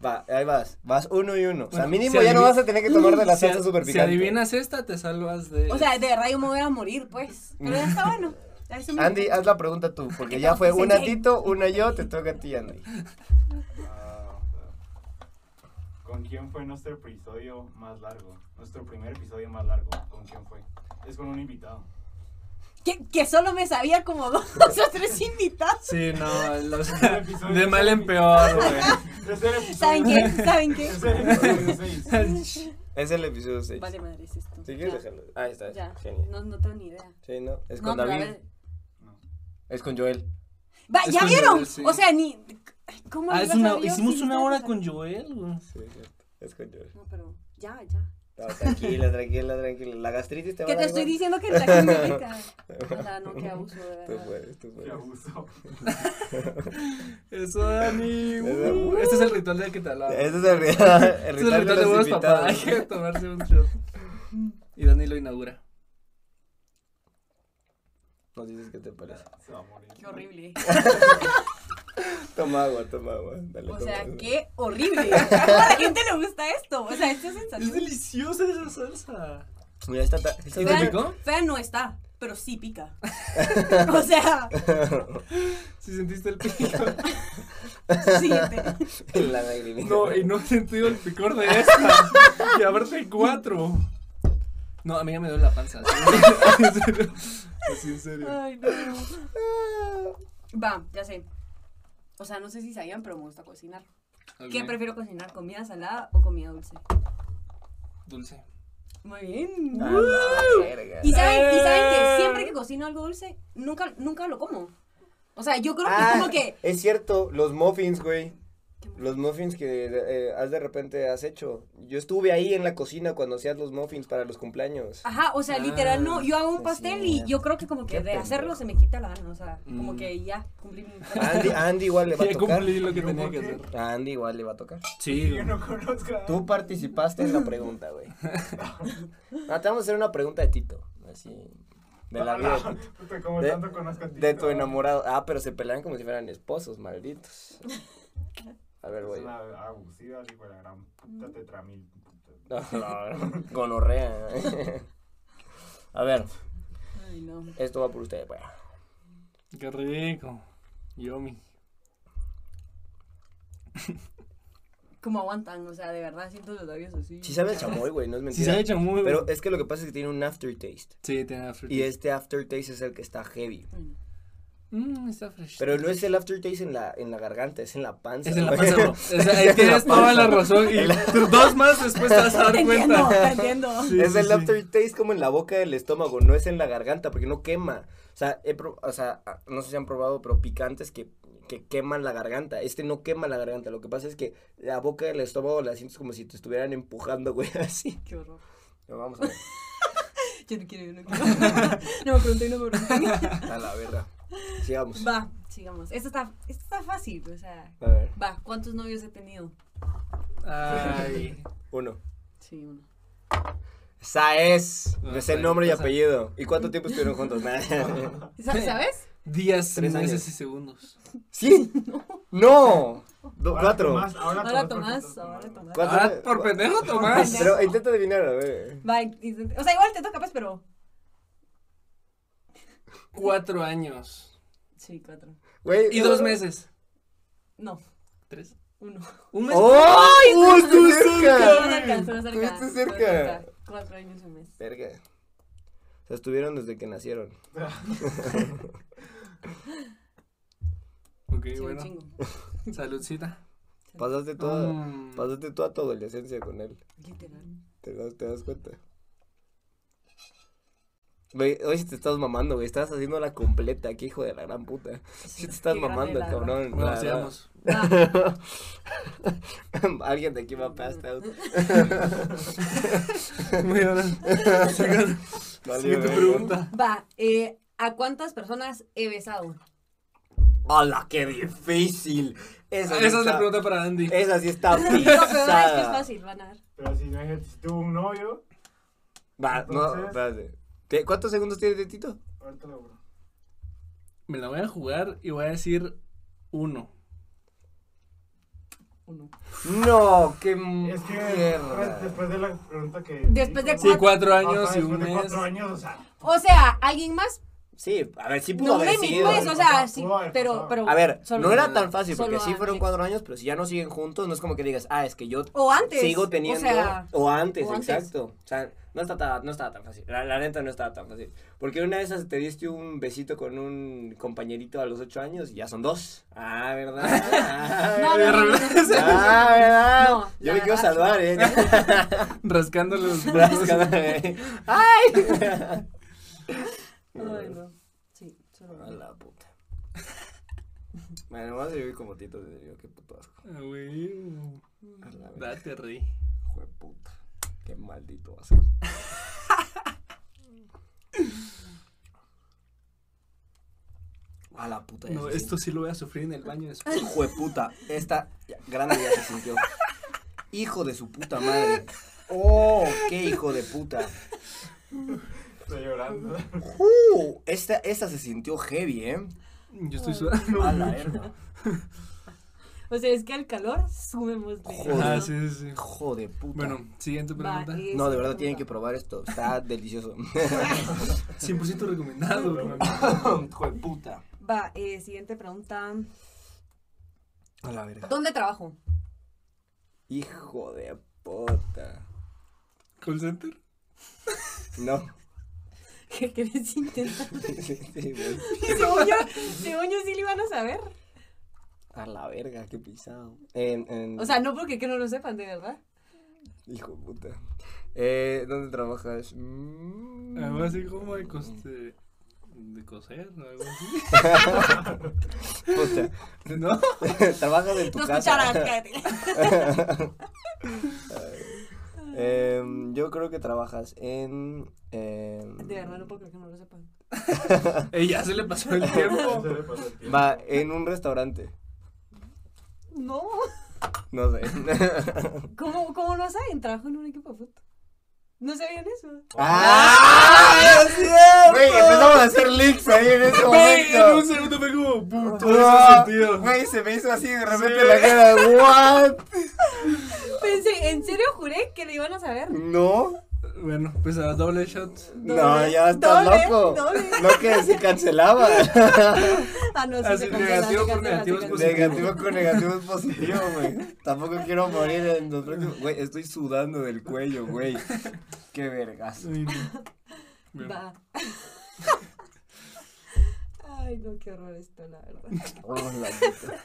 Va, ahí vas. Vas uno y uno. o sea,
Bueno,
mínimo
si
ya no
adivi-
vas a tener que tomar de la
Si-
salsa super
Si
picante.
adivinas esta, te salvas de.
O sea, de verdad yo me voy a morir, pues. Pero ya está bueno. ya eso me-
Mm. Andy, haz la pregunta tú, porque ya fue una Tito, una yo, te toca a ti, Andy.
Ah, ¿Con quién fue nuestro episodio más largo? Nuestro primer episodio más largo. ¿Con quién fue? Es con un invitado.
Que, que solo me sabía como dos o tres invitados.
Sí, no, los-
Tercer episodio,
de mal en peor, güey.
Tercer episodio.
¿Saben qué? ¿Saben qué?
Tercer episodio seis.
Es el episodio 6.
Vale, madre, es esto.
Si quieres
Ya,
dejarlo. Ahí está.
Ya,
Genial.
no, no tengo ni idea.
Sí, ¿no? Es
No,
con
pero a
David.
ver.
No.
Es con Joel.
Va,
Es
¿Ya
con
vieron?
Joel, sí.
O sea, ni. ¿Cómo
Ah,
lo
es
iba a
una-
saber yo
hicimos
si
una
estaba
hora
pensando?
con Joel, güey.
Sí, es cierto. Es con Joel.
No, pero ya, ya.
No, tranquila, tranquila, tranquila. La gastritis te va
Que
a
te
dar
estoy
igual.
diciendo que la gente me cae. O sea, no, que abuso, de
Tú
verdad.
puedes, tú
Qué
puedes.
abuso.
Eso, Dani.
Eso.
uh, este es el ritual del que te hablaba.
Ese es el ritual, el
Este es el
ritual de
ritual de
los
huevos, papá. Hay
invitados.
que tomarse un shot. Y Dani lo inaugura.
Nos dices qué te parece.
Se va a morir.
Qué horrible.
Toma agua, toma agua. Dale,
O
toma
sea,
agua.
qué horrible. ¿Cómo a la gente le gusta esto? O sea, esta
Es
sensación.
deliciosa esa salsa.
Mira, esta ta- esta
¿Y
ta-
te picó?
Fea no está, pero sí pica. O sea,
Si sentiste el pico.
siguiente.
La lagrimita.
No, y no he sentido el picor de esta. Y aparte cuatro. No, a mí ya me duele la panza. ¿sí? En serio. Sí, en serio.
Ay, no. Va, ya sé. O sea, no sé si sabían, pero me gusta cocinar. ¿Qué
Ok,
prefiero cocinar? ¿Comida salada o comida dulce?
Dulce.
Muy bien.
A Ah, la verga.
¿Y saben, y saben que siempre que cocino algo dulce, nunca, nunca lo como. O sea, yo creo que
Ah,
es como que.
Es cierto, los muffins, güey.
¿Qué muffins?
Los muffins que eh, has de repente has hecho. Yo estuve ahí en la cocina cuando hacías los muffins para los cumpleaños.
Ajá, o sea,
Ah,
literal no, yo hago
sí,
un pastel
Ah, sí.
y yo creo que como
Qué
que de
pendejo.
hacerlo se me quita la gana, o sea, como
Mm.
que ya cumplí mi
Andy, Andy igual le va a
Ya
tocar.
cumplí lo que tenía que hacer.
A Andy igual le va a tocar.
Sí,
Yo no conozco a-
Tú participaste en la pregunta, güey. No, te vamos a hacer una pregunta de Tito. Así. De
Ah,
la vida de Tito.
Puta, como
De-
tanto conozco a ti,
De tu
no.
enamorado. Ah, pero se pelean como si fueran esposos, malditos. A ver,
Es
güey.
una abusiva, hijo de la gran
Mm.
puta tetramil. puta.
No, no, gonorrea. A ver,
Ay, no.
esto va por ustedes, güey.
Qué rico. Yomi.
Como aguantan, o sea, de verdad siento los labios así.
Sí sabe el chamoy, güey, no es
Sí,
mentira.
se ha hecho muy
Pero es que lo que pasa es que tiene un aftertaste.
Sí, tiene aftertaste.
Y este aftertaste es el que está heavy.
Mm.
Mmm, está fresh.
Pero no es el aftertaste en la, en la garganta, es en la panza.
Es en la
güey.
panza, bro. O sea, ahí
en
tienes
la
toda
panza.
la razón. Y dos más después te vas
Te
a dar
entiendo, te
cuenta.
entiendo.
Sí,
es
sí,
el
sí.
aftertaste como en la boca del estómago, no es en la garganta, porque no quema. O sea, he pro- o sea a- no sé si han probado, pero picantes que, que queman la garganta. Este no quema la garganta. Lo que pasa es que la boca del estómago la sientes como si te estuvieran empujando, güey, así.
Qué horror.
No, vamos a ver.
Yo no quiero, yo no quiero. no me pregunté, no me pregunté.
A la verga. Si sigamos.
Va, sigamos. Esto está, esto está fácil, o sea.
A ver,
Va, ¿cuántos novios he tenido?
Ay.
uno.
Sí, uno.
Esa es. Me sé
Ah,
nombre y
o sea-
apellido. ¿Y cuánto tiempo estuvieron juntos? Nada.
Sa- ¿Sabes?
Días,
Tres
meses
años.
y segundos.
¿Sí? No. Do-
Ahora
cuatro.
Tomás, ahora,
Ahora
Tomás,
Tomás, ahora Tomás.
¿Cuánto?
Ahora, Ah, por pendejo, Tomás.
pendejo.
Ah, Pero intenta adivinar, a ver.
Va, y- o sea, igual te toca, pues, pero.
Cuatro años.
Sí, cuatro.
Güey,
Y
no-
dos meses.
No,
Tres. Oh.
uno.
Un mes.
¡Ay! ¡Uh, estuve
Estuvo
cerca!
cerca, estuvo cerca.
Estuviste
estuvo
cerca.
Cuatro años y un mes.
Verga. O sea, estuvieron desde que nacieron.
Ok,
Sí, un
bueno.
chingo.
Saludcita.
Pasaste toda,
Mm.
pasaste toda tu adolescencia con él.
Literal.
¿Te das, te das cuenta? Güey, hoy sí te estás mamando, güey. Estás haciendo la completa, qué hijo de la gran puta. Sí te estás
Qué grande,
mamando,
la verdad.
cabrón.
Bueno,
la
sigamos.
Va,
verdad. Alguien de aquí va a passed out.
Muy ahora.
Valió
Sigue tu
verga.
pregunta.
va, eh, ¿a cuántas personas he besado?
¡Hala, qué difícil! Esa, sí
Esa es
está-
la pregunta para Andy.
Esa sí está
No, pero ah, es que es
pisada.
fácil, van a ver.
Pero si no es, si tuvo un novio,
Va, no,
Entonces-
espérate. ¿Qué- ¿Cuántos segundos tienes de Tito?
ahorita lo abro.
Me la voy a jugar y voy a decir uno.
Uno.
No, qué
Es que
mierda.
pues, después de la pregunta que.
Después de
Ajá,
Sí, cuatro años y
después
un
de
mes.
Cuatro años, o sea.
O sea, ¿alguien más?
Sí, a ver, sí pudo
No
haber
me
sido.
pues, o sea, sí,
Pudo haber
pero,
pasado.
pero.
A ver,
solo-
no era tan fácil porque
solo
sí fueron
antes.
cuatro años, pero si ya no siguen juntos, no es como que digas, ah, es que yo
O antes.
sigo teniendo.
O sea,
antes,
o antes.
exacto. O sea, no estaba, tan- no estaba tan fácil. La, la neta no estaba tan fácil. Porque una de esas te diste un besito con un compañerito a los ocho años y ya son dos. Ah, ¿verdad? Ah,
No, no, no, no, no, no.
Ah, ¿verdad?
No,
yo
la
me quiero
verdad.
salvar, ¿eh?
Rascando los
Rascándome. ¡Ay!
Ay, no. Sí, solo
A
antes.
la puta. Bueno, vamos a vivir como Tito, te digo, qué puto asco.
Ah, güey.
A la verga,
Date, rey.
hijo de puta. Qué maldito asco. A la puta. ya
No,
se
esto sí lo voy a sufrir en el baño
sintió.
después.
Hijo de puta. Esta ya- grande ya se sintió. Hijo de su puta madre. Oh, qué hijo de puta.
Estoy llorando.
Uh, esta, esta se sintió heavy, ¿eh?
Yo estoy sudando.
A la verga.
O sea, es que al calor subimos de.
Joder.
Ah, sí, sí. sí.
Hijo de puta.
Bueno, siguiente
Va,
pregunta.
y-
No, de verdad tienen que probar esto. Está delicioso.
100% recomendado, güey.
Hijo de puta.
Va, eh, siguiente pregunta.
A la verga.
¿Dónde trabajo?
Hijo de puta.
¿Call center?
No.
¿Qué querés intentar?
Sí, sí, güey.
según, yo, según yo sí lo iban a saber.
A la verga, qué pisado. En, en-
O sea, no porque que no lo sepan, de verdad.
Hijo de puta. Eh, ¿Dónde trabajas? Mm.
Algo así como de coste. de coser o algo así.
Puta.
¿No?
Trabajas en tu
No escucharás,
casa.
cállate.
Em, yo creo que trabajas en. em,
De verdad, no puedo creer que no lo sepan.
Ey, ya se le pasó el tiempo.
Se le pasó el tiempo.
Va, en un restaurante.
No.
No sé.
¿Cómo, cómo lo saben? Trabajo en un equipo de fútbol. No sabían eso.
¡Ah! ¡Es cierto! Güey, empezamos a hacer leaks ahí en ese
Güey, en un
momento.
segundo fue como. ¡Pum! Todo ese
Ah,
sentido.
Güey, se me hizo así de repente la cara. ¿What?
Pensé, ¿en serio juré que lo iban a saber?
No.
Bueno, pues a doble shot.
no,
Doble,
ya estás
doble,
loco.
doble.
No que se cancelaba.
Ah, no, sí,
Así,
se cancela,
negativo
se
por
cancela,
negativo
se
es
cancela.
negativo con negativo es positivo, güey. Tampoco quiero morir en los próximos. Güey, estoy sudando del cuello, güey. Qué vergas.
Ay, no. Bueno.
Va. Ay, no, qué horror esto, la verdad.
Oh, la puta.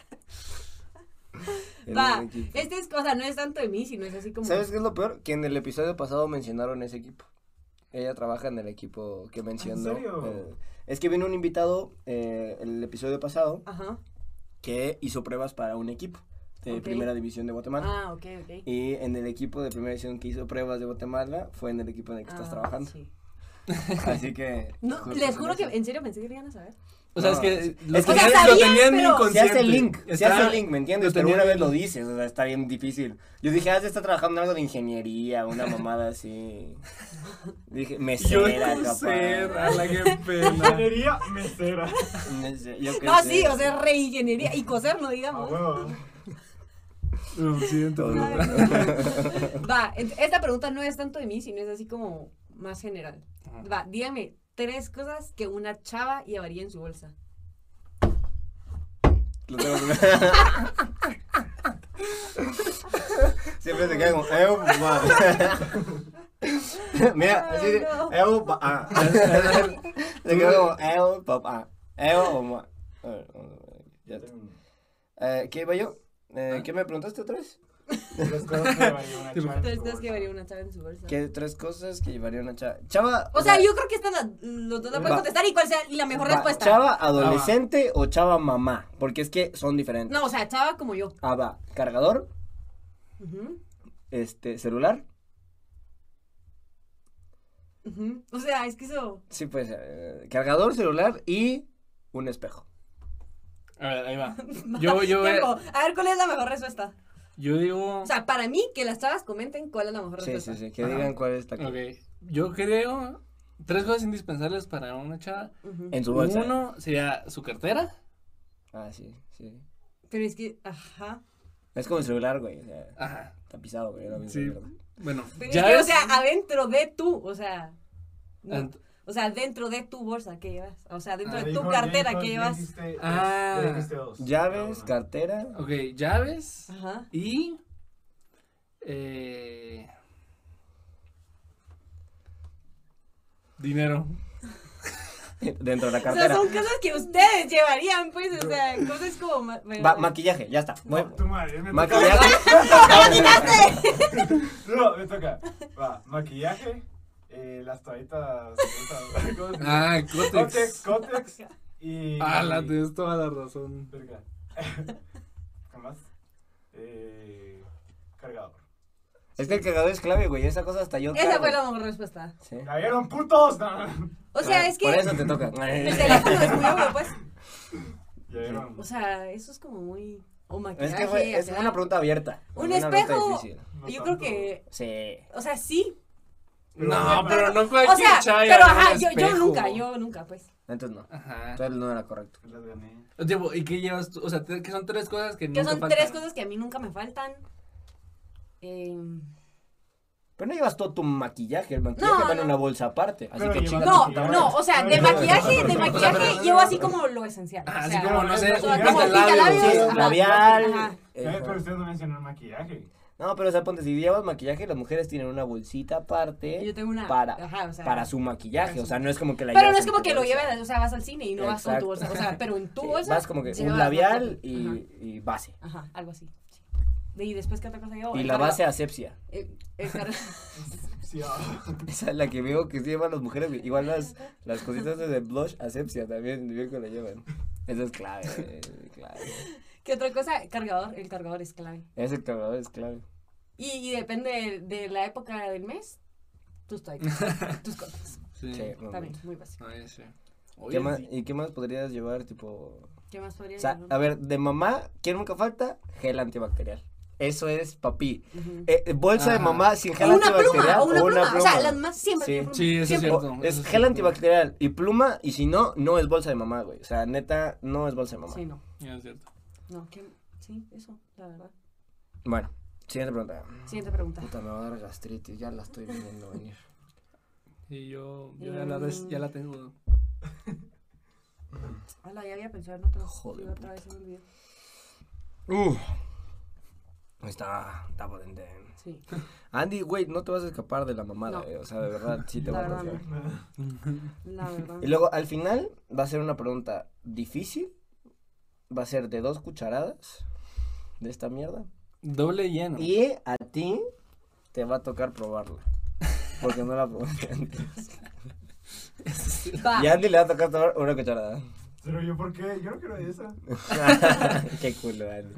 Era
Va,
un equipo.
este es cosa, no es tanto de mí, sino es así como.
¿Sabes qué es lo peor? Que en el episodio pasado mencionaron ese equipo. Ella trabaja en el equipo que mencionó.
serio?
eh, es que vino un invitado eh, el episodio pasado
Ajá.
que hizo pruebas para un equipo de
Ok.
primera división de Guatemala.
Ah, ok, ok.
Y en el equipo de primera división que hizo pruebas de Guatemala fue en el equipo en el que estás
Ah,
trabajando.
sí.
Así que.
No,
justo
les
con
juro que
eso.
en serio pensé que lo iban a saber.
O sea,
No,
es que lo,
Ah, es que
tenía,
ya
lo
sabías,
tenía en mi
pero-
Se
inconsciente.
hace el link, se
Estaba-
hace el link, ¿me entiendes?
lo
Pero
tenía
una
en
vez
mi-
lo dices, o sea, está bien difícil. Yo dije, ah, se está trabajando en algo de ingeniería, una mamada así. Dije,
Yo
mesera, capaz.
ser, a la que pena.
Ingeniería mesera.
Mese- yo qué
No,
sé.
Ah, sí, o sea, reingeniería y coserlo,
A
digamos.
huevo.
Lo siento,
Todo.
pero-
Va, ent- esta pregunta no es tanto de mí, sino es así como más general. Va, dígame tres cosas que una chava llevaría en su bolsa.
Lo tengo que- Siempre se cae como, eh, papá. Mira, así de,
Ay, no.
eh, papá. Se queda como, eh, papá. Eh, mamá. A ver, ya está. Eh, ¿Qué iba yo? Eh, ¿Qué me preguntaste otra vez?
Las cosas que valió una chava en
Tres
su
cosas que
bolsa.
llevaría una chava en su bolsa.
¿Qué tres cosas que llevaría una chava? Chava.
O sea, yo creo que esta la- los dos la pueden
Va.
contestar y cuál sea la mejor
va,
respuesta.
¿Chava adolescente o chava mamá? Porque es que son diferentes.
No, o sea, chava como yo.
Ah, va. Cargador,
Ujú,
este, celular.
ujú. O sea, es que eso.
Sí, pues, eh, cargador, celular y un espejo.
A ver, ahí va. Yo, yo,
Ya
eh,
como, a ver, ¿cuál es la mejor respuesta?
yo digo.
O sea, para mí, que las chavas comenten cuál es la mejor
Sí,
respuesta.
sí, sí, que
Ajá.
digan cuál es la que...
Ok, yo creo tres cosas indispensables para una chava.
Ujú.
En su bolsa.
Uno sería su cartera.
Ah, sí, sí.
Pero es que, ajá.
Es como el celular, güey, o sea,
Ajá.
tapizado, güey. la misma
Sí.
mierda.
Bueno,
Pero es
ya
que, o
ves.
sea, adentro de tú, o sea. no.
Ant-
O sea, dentro de tu bolsa que llevas. O sea, dentro
Ah,
de tu
Dijo,
cartera
dijo,
que
ya
llevas.
dijiste dos,
Ah.
ya dijiste dos. Ah,
Llaves,
Cada
cartera,
Ok, llaves
Ajá.
y. eh, dinero.
dentro de la
O sea,
cartera.
son cosas que ustedes llevarían, pues. O sea, cosas como. ma- bueno,
Va, maquillaje, ya está. Muy-
uno. Tu madre, me toca.
Maquillaje,
No, me toca. Va, maquillaje, eh, las toallitas. esas- ¿cómo se dice?
Ah,
Cotex,
cótex.
Cotex y.
Ah, la tienes toda la razón.
Verga. ¿Qué más? Eh, cargador.
es que el cargador es clave, güey, esa cosa hasta yo
Esa
cargo.
fue la mejor respuesta.
Sí.
¡La vieron putos! No, no.
O sea,
Ah,
es que.
Por eso te toca.
El teléfono es muy obvio, pues.
Ya vieron.
O sea, eso es como muy. O maquillaje.
Es que fue, es
o sea,
una pregunta abierta.
Un
una pregunta
espejo.
difícil.
No
Yo creo
tanto.
que.
Sí.
O sea, sí.
No,
bueno,
pero no
O
cualquier
sea,
chava
pero
lleva un
ajá, yo, yo
espejo.
nunca, yo nunca, pues.
Entonces no.
Ajá.
Entonces no era correcto.
Las gané.
Tipo, ¿y qué llevas tú? O sea, te- que son tres cosas que
Que
nunca
son
faltan.
tres cosas que a mí nunca me faltan. Em,
Pero no llevas todo tu maquillaje, el maquillaje
No,
va en
no.
una bolsa aparte. Así
Pero
que
llevas-
chinga.
No,
tu
Maquillaje.
no, o sea, de
No, no, no.
maquillaje, de
O sea,
maquillaje
pero-
llevo así como lo esencial.
Ah,
Ajá,
o
así
sea,
como, no sé,
o sea,
como
como
pinta
pinta
labios.
labios.
Sí,
Ajá. Ajá.
labial. eh,
Eh, pero
joder.
ustedes no mencionaron maquillaje.
no, pero o sea, ponte, si llevas maquillaje, las mujeres tienen una bolsita aparte
Yo tengo una.
para,
ajá, o sea,
para su maquillaje. O sea, no es como que la
Pero
lleves
no es
en
como
tu
que lo
bolsa.
lleves, o sea, vas al cine y no vas con tu bolsa.
Exacto.
O sea, pero en tu
Sí,
bolsa.
Vas como que un
llevas
labial
bastante.
y, y base.
Ajá, ajá, algo así. sí. Y después, ¿qué otra cosa llevo?
Y
Oh, El
la
carga-
base asepsia.
el- el carga-
Sí, ah.
Esa es la que veo que sí llevan las mujeres. güey. Igual las, las cositas de blush asepsia también, bien que la llevan. Eso es clave, eh, clave.
¿Qué otra cosa? Cargador. El cargador es clave.
Ese cargador es clave.
Y, y depende de, de la época del mes, tus toallas, tus cosas.
Sí.
Sí, muy
También,
bien.
muy básico.
Ay, sí.
¿Qué
Oye,
más,
sí.
¿Y qué más podrías llevar, tipo,
¿Qué más podría
O sea,
llevar?
a ver, de mamá, ¿qué nunca falta? Gel antibacterial. Eso es, papi.
Ujú.
Eh, eh, bolsa de
Ajá.
mamá sin
O
gel
una pluma,
antibacterial
o una, pluma. O sea,
pluma.
las más siempre.
Sí.
tienen pluma.
Sí, eso es
Siempre.
cierto.
O-
eso
es
es
gel
cierto.
antibacterial y pluma, y si no, no es bolsa de mamá, güey. O sea, neta, no es bolsa de mamá.
Sí, no.
Ya, es cierto.
No, ¿qué? Sí, eso, la verdad.
Bueno, siguiente pregunta.
Siguiente pregunta.
Puta, me va a dar gastritis, ya la estoy viendo venir.
Y yo, yo ya, la, res- ya la tengo.
Hola, ya había pensado en otra.
Joder,
y otra vez se me olvidó.
Uf. Está, está potente.
Sí,
Andy, güey, no te vas a escapar de la mamada,
No.
eh. O sea, de verdad, sí te
La
va a
verdad,
confiar.
la verdad.
Y luego al final va a ser una pregunta difícil. Va a ser de dos cucharadas de esta mierda.
Doble lleno.
Y a ti te va a tocar probarla. Porque no la probaste antes.
Ah.
Va.
Y a Andy le va a tocar tomar una cucharada.
Pero yo, ¿por qué? Yo no quiero esa.
Qué culo, Andy.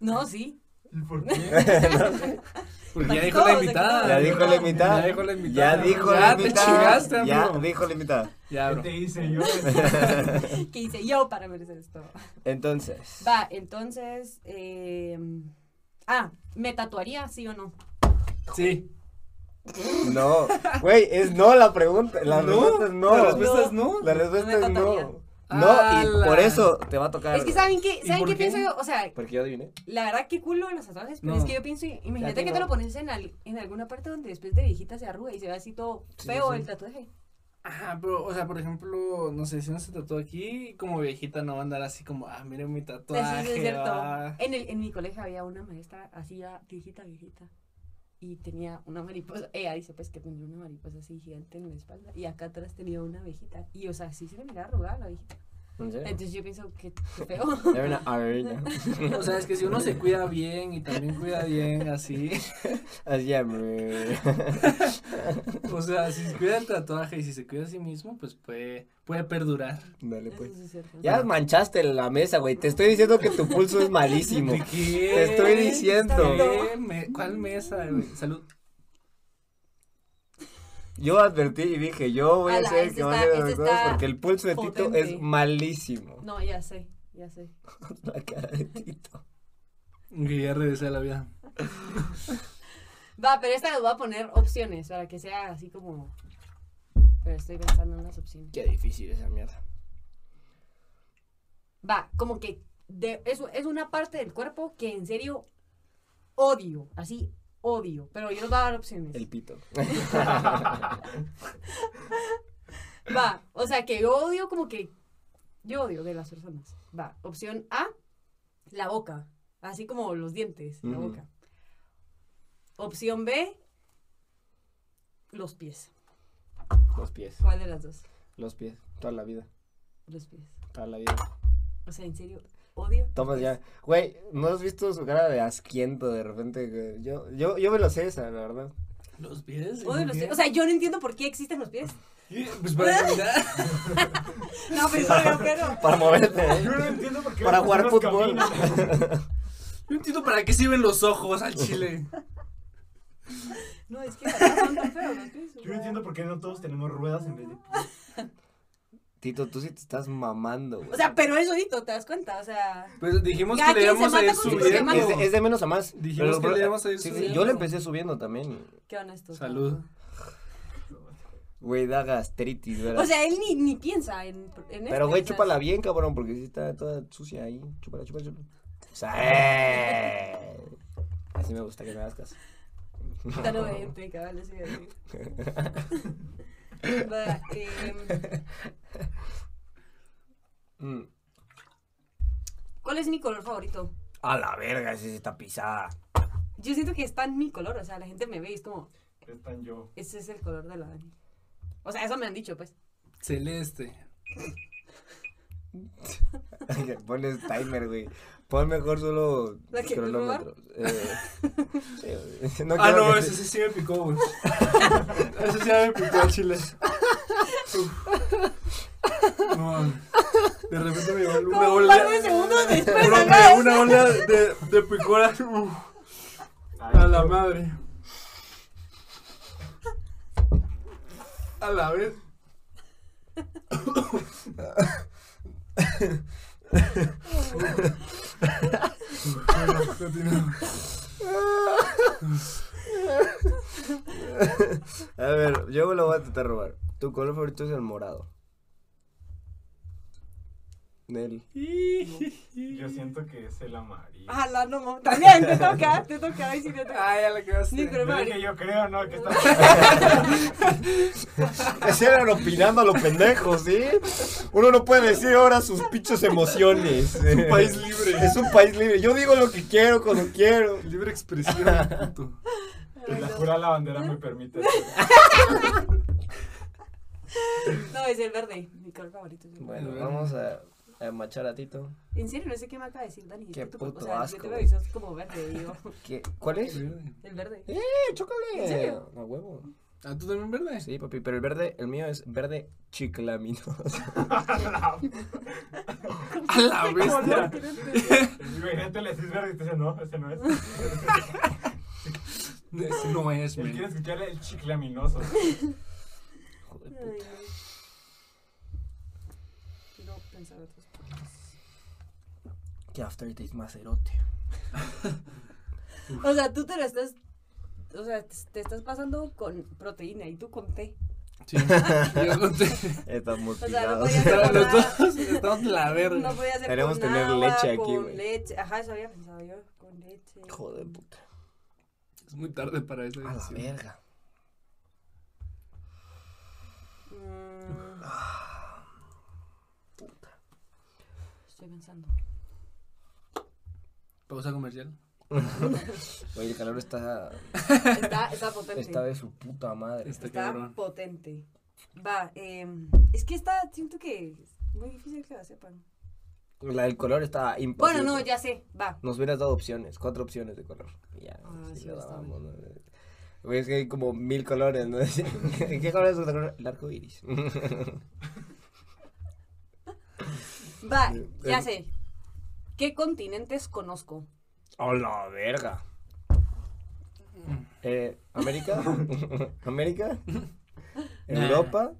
No, sí.
¿Por qué?
Porque ya
Para
dijo la
todos,
invitada.
Ya dijo la invitada.
Ah, Ya dijo la
Ya
invitada.
dijo
Ya
la
te
invitada.
chingaste,
Ya
amigo.
dijo la invitada.
Ya, bro.
¿Qué te hice yo?
¿Qué hice yo para merecer esto?
Entonces.
Va, entonces. eh, ah, ¿me tatuaría, sí o no?
Sí.
No. Güey, es no la pregunta. La
No,
respuesta es no.
la respuesta es no. Ah,
La respuesta
No me
es
tocaría.
no. No, y
¡Hala!
por eso te va a tocar.
Es que, ¿saben qué,
¿Y
¿saben
por
qué,
qué?
pienso yo? O sea,
Porque yo adiviné.
la verdad, qué culo en los tatuajes, pero
No.
es que yo pienso, imagínate
Ya
que
que
te
no.
lo pones en, al- en alguna parte donde después de viejita se arruga y se ve así todo
Sí,
feo
sí.
el tatuaje.
Ajá, pero, o sea, por ejemplo, no sé, si uno se tatuó aquí, como viejita no va a andar así como, ah, miren mi tatuaje. ah".
Eso sí es cierto.
va.
En, el, en mi colegio había una maestra así, ya viejita, viejita. Y tenía una mariposa. Ella dice, pues, que tenía una mariposa así gigante en la espalda. Y acá atrás tenía una abejita. Y, o sea, sí se le miraba arrugada la abejita.
¿En serio?
Entonces yo pienso que qué feo.
Ya ven a- a ver, ya.
O sea, es que si uno se cuida bien y también cuida bien así,
Así ya, me-
o sea, si se cuida el tatuaje y si se cuida a sí mismo, pues puede, puede perdurar.
Dale,
Eso
pues.
sí es cierto.
Ya manchaste la mesa, güey. Te estoy diciendo que tu pulso es malísimo.
¿De qué?
Te estoy diciendo.
¿Qué? Me- ¿Cuál mesa, güey? Salud.
Yo advertí y dije, yo voy a
Ala,
ser el
este
que va a
está-
hacer las
este
cosas
está
porque el pulso de Tito
potente.
es malísimo.
No, ya sé, ya sé.
La cara de Tito.
Que ya regresé a la vida.
Va, pero esta les voy a poner opciones para que sea así como. Pero estoy pensando en las opciones.
Qué difícil esa mierda.
Va, como que de- es, es una parte del cuerpo que en serio odio, así odio. Pero yo les voy a dar opciones.
El pito.
Va, o sea que yo odio como que. Yo odio de las personas. Va, opción A, la boca. Así como los dientes, la
Ujú.
boca. Opción B, los pies.
Los pies.
¿Cuál de las dos?
Los pies. Toda la vida.
Los pies.
Toda la vida.
O sea, en serio, odio.
Tomas ya. Güey, ¿no has visto su cara de asquiento de repente? güey? Yo, yo, yo me lo sé esa, la verdad.
¿Los pies?
Odio
¿Por
los
qué?
pies. O sea, yo no entiendo por qué existen los pies.
¿Qué? Pues para caminar.
No, pero pero, pero.
Para moverte.
Yo
¿eh?
no entiendo por qué.
Para
las
jugar
personas
fútbol.
caminan.
No entiendo para qué sirven los ojos al chile.
No, es que la verdad son tan feos los pies. o
Yo no
sea.
entiendo por qué no todos tenemos ruedas en vez de.
Tito, tú sí te estás mamando, güey.
O sea, pero es solito, ¿te das cuenta? O sea.
Pues dijimos
Ya,
que le
¿quién se
íbamos a ir
mata con sus
subiendo.
hermanos?
es, de, es de menos a más.
Dijimos que le íbamos a ir
sí, sí,
subiendo.
Yo le empecé subiendo también.
Qué honestos.
Salud.
Güey, da gastritis, ¿verdad?
O sea, él ni, ni piensa en, en esto,
Pero, güey,
o sea,
chúpala bien, cabrón, porque sí está toda sucia ahí. Chúpala, chúpala, chúpala. O sea, ¡eh! Así me gusta que me hagas caso.
Está no vente, cabal, así de- Va, em,
Mm.
¿Cuál es mi color favorito?
A la verga, ese sí está pisada.
Yo siento que es tan mi color, o sea, la gente me ve y es como,
Están yo.
ese es el color de la Dani. O sea, eso me han dicho, pues.
Celeste.
Pones timer, güey. Pon mejor solo
¿La que-
cronómetro. Eh, eh, no
ah,
quiero
no,
que-
ese sí, sí me picó, güey. ese sí me picó al chile. Uf. No, de repente me llegó una
Como un
ola.
par de segundos después,
Bro, me
acá
llegó una ola de, de picor uf, a la madre. A la vez. Bueno, continuamos.
A ver, yo lo voy a tratar de robar. Tu color favorito es el morado. Nel.
Yo siento que es el amarillo.
Ala, no, no. También te toca, te toca. Ay, sí, te toca.
Ay, ya la cagaste.
Ni
Yo
crema.
dije, yo creo, ¿no? Que está.
Se eran opinando a los pendejos, ¿sí? Uno no puede decir ahora sus pinches emociones. Es un
país libre.
Es un país libre. Yo digo lo que quiero cuando quiero.
Libre expresión, puto.
Que la jura la bandera me permite.
No, es el verde, mi color favorito. es el verde.
Bueno, vamos a, a machar a Tito.
En serio, no sé qué me acaba de decir Dani. es
Qué
que tu color-
puto
o sea,
asco,
Yo te veo
güey.
y sos como verde, y yo.
¿Qué? ¿Cuál es?
El verde.
¡Eh, chócale!
¿En serio?
A huevo.
¿Ah, tú también verde?
Sí, papi, pero el verde, el mío es verde chiclaminoso.
A la
Color
bestia.
diferente.
Imagínate, le decís verde y te dice, no, ese no es.
Ese no es,
Él quiere
men.
escucharle el chiclaminoso.
Joder, puta.
Ay, no. Quiero pensar otras cosas.
Qué aftertaste más erote.
O sea, tú te lo estás. O sea, te, te estás pasando con proteína y tú con té.
Sí. Yo conté.
Estamos
O sea, no
pilados.
podía ser
Estamos
con
los
nada.
dos, estamos la
No
verga.
podía hacer
Deberíamos
con
tener
agua,
leche aquí,
con
güey.
leche. Ajá, eso había pensado yo. Con leche.
Joder, puta.
Es muy tarde para esa
A la
decisión.
verga.
Mm. Estoy pensando.
Pausa comercial.
Oye, el calor está,
Está, está potente.
está de su puta madre.
Está
Está
cabrón.
potente. Va, eh, es que está, siento que es muy difícil que la sepan.
La del color está imposible.
Bueno, no, ya sé, va.
Nos hubieras dado opciones, cuatro opciones de color. Y ya,
Ah,
sí
sí,
le
está
dábamos, ¿no? Güey, es que hay como mil colores, ¿no? ¿Qué color es el color? El arco iris.
Va,
Eh,
ya
eh.
sé. ¿Qué continentes conozco?
¡A la verga!
Mm.
Eh, ¿América? ¿América? ¿Europa?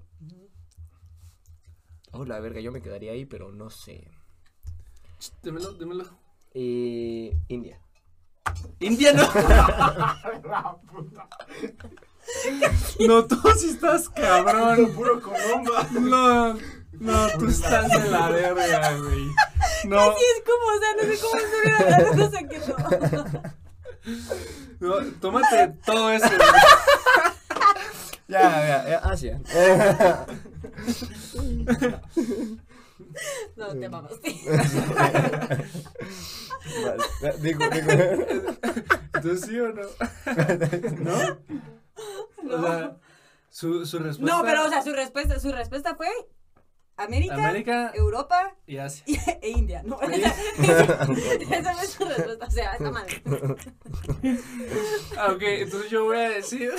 ¡Oh, la verga! Yo me quedaría ahí, pero no sé.
Ch, Démelo, démelo.
Y... India.
India no.
La puta.
No, tú sí estás cabrón.
Puro Colomba.
No, no, tú estás de la verga, güey. No,
es como, o sea, no sé cómo se me va a no sé qué no.
no, tómate todo eso. güey.
Ya, ya, ah, ya, Asia.
No, te mamaste.
Vale, Digo, digo.
¿Tú sí o no? ¿No? O sea, su, su respuesta.
No, pero, o sea, su respuesta, su respuesta fue América,
América
Europa
y Asia.
y- e India. No, esa, esa no es su respuesta, o sea, está mal.
Ah, ok, entonces yo voy a decir.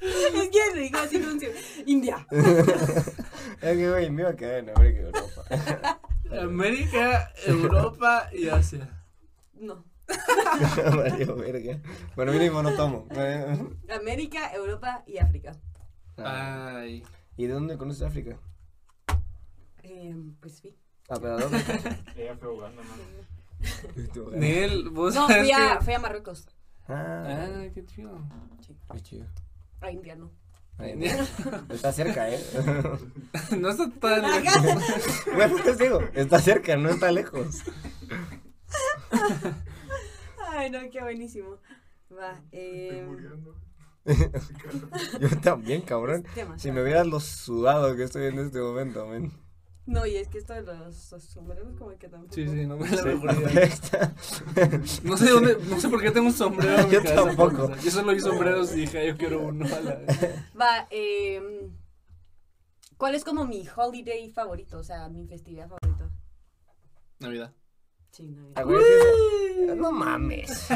Es que lo digo así con India.
Es que, güey, me iba a quedar en América y Europa.
América, Europa y Asia.
No.
Valió verga. Bueno, mínimo no tomo.
América, Europa y África.
Ah,
Ay.
¿Y de dónde conoces África?
Eh, pues sí.
Ah, pero ¿a dónde?
Ella fue jugando, man.
pues.
Nel, vos
No,
sabes
fui a,
que-
fui a Marruecos.
Ah,
Ah, qué chido.
qué chido.
A India, no.
Ahí, Está cerca, ¿eh?
No está tan lejos.
Acá.
Bueno, ¿qué os digo? Está cerca, no está lejos.
Ay, no, qué buenísimo. Va,
pues,
Estoy
eh.
muriendo.
Yo también, cabrón.
este tema.
Si me vieras lo sudado que estoy en este momento, men.
No, y es que esto de los, los sombreros, como que tampoco.
Sí, sí, no me la
Sí,
mejor idea.
afecta.
No sé dónde, no sé por qué tengo un sombrero. en mi
Yo
cabeza.
tampoco.
Yo solo vi sombreros y dije, "Ay, yo quiero uno a la vez.
Va, eh. ¿Cuál es como mi holiday favorito? O sea, mi festividad favorita.
Navidad.
Sí, Navidad.
Ah, güey, sí, sí. No mames.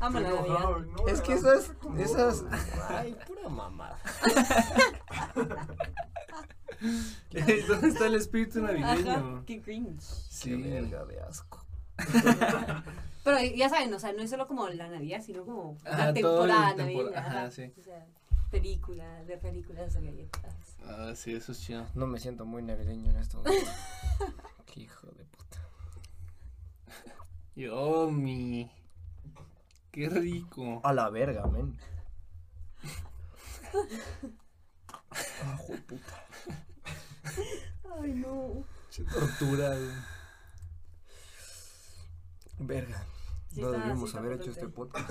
Amo la
Estoy enojado,
Navidad.
no,
Es que
¿verdad?
esas, esas, ay, pura mamada.
¿Dónde está el espíritu
Ajá,
navideño?
qué cringe.
Qué
Sí.
verga de asco.
Pero ya saben, o sea, no es solo como la Navidad, sino como
Ajá,
la
todo
temporada
el tempor-
navideña.
ajá,
ajá.
sí.
O sea, película, ver películas de galletas.
Ah, sí, eso es chido.
No me siento muy navideño en este momento. Qué hijo de puta.
Yo, Oh, mi. Qué rico.
A la verga, men. Ah, hijo de puta.
Ay, no.
Qué tortura, güey.
Verga.
Sí
no
está-
debíamos
sí está
haber hecho
potente.
este podcast.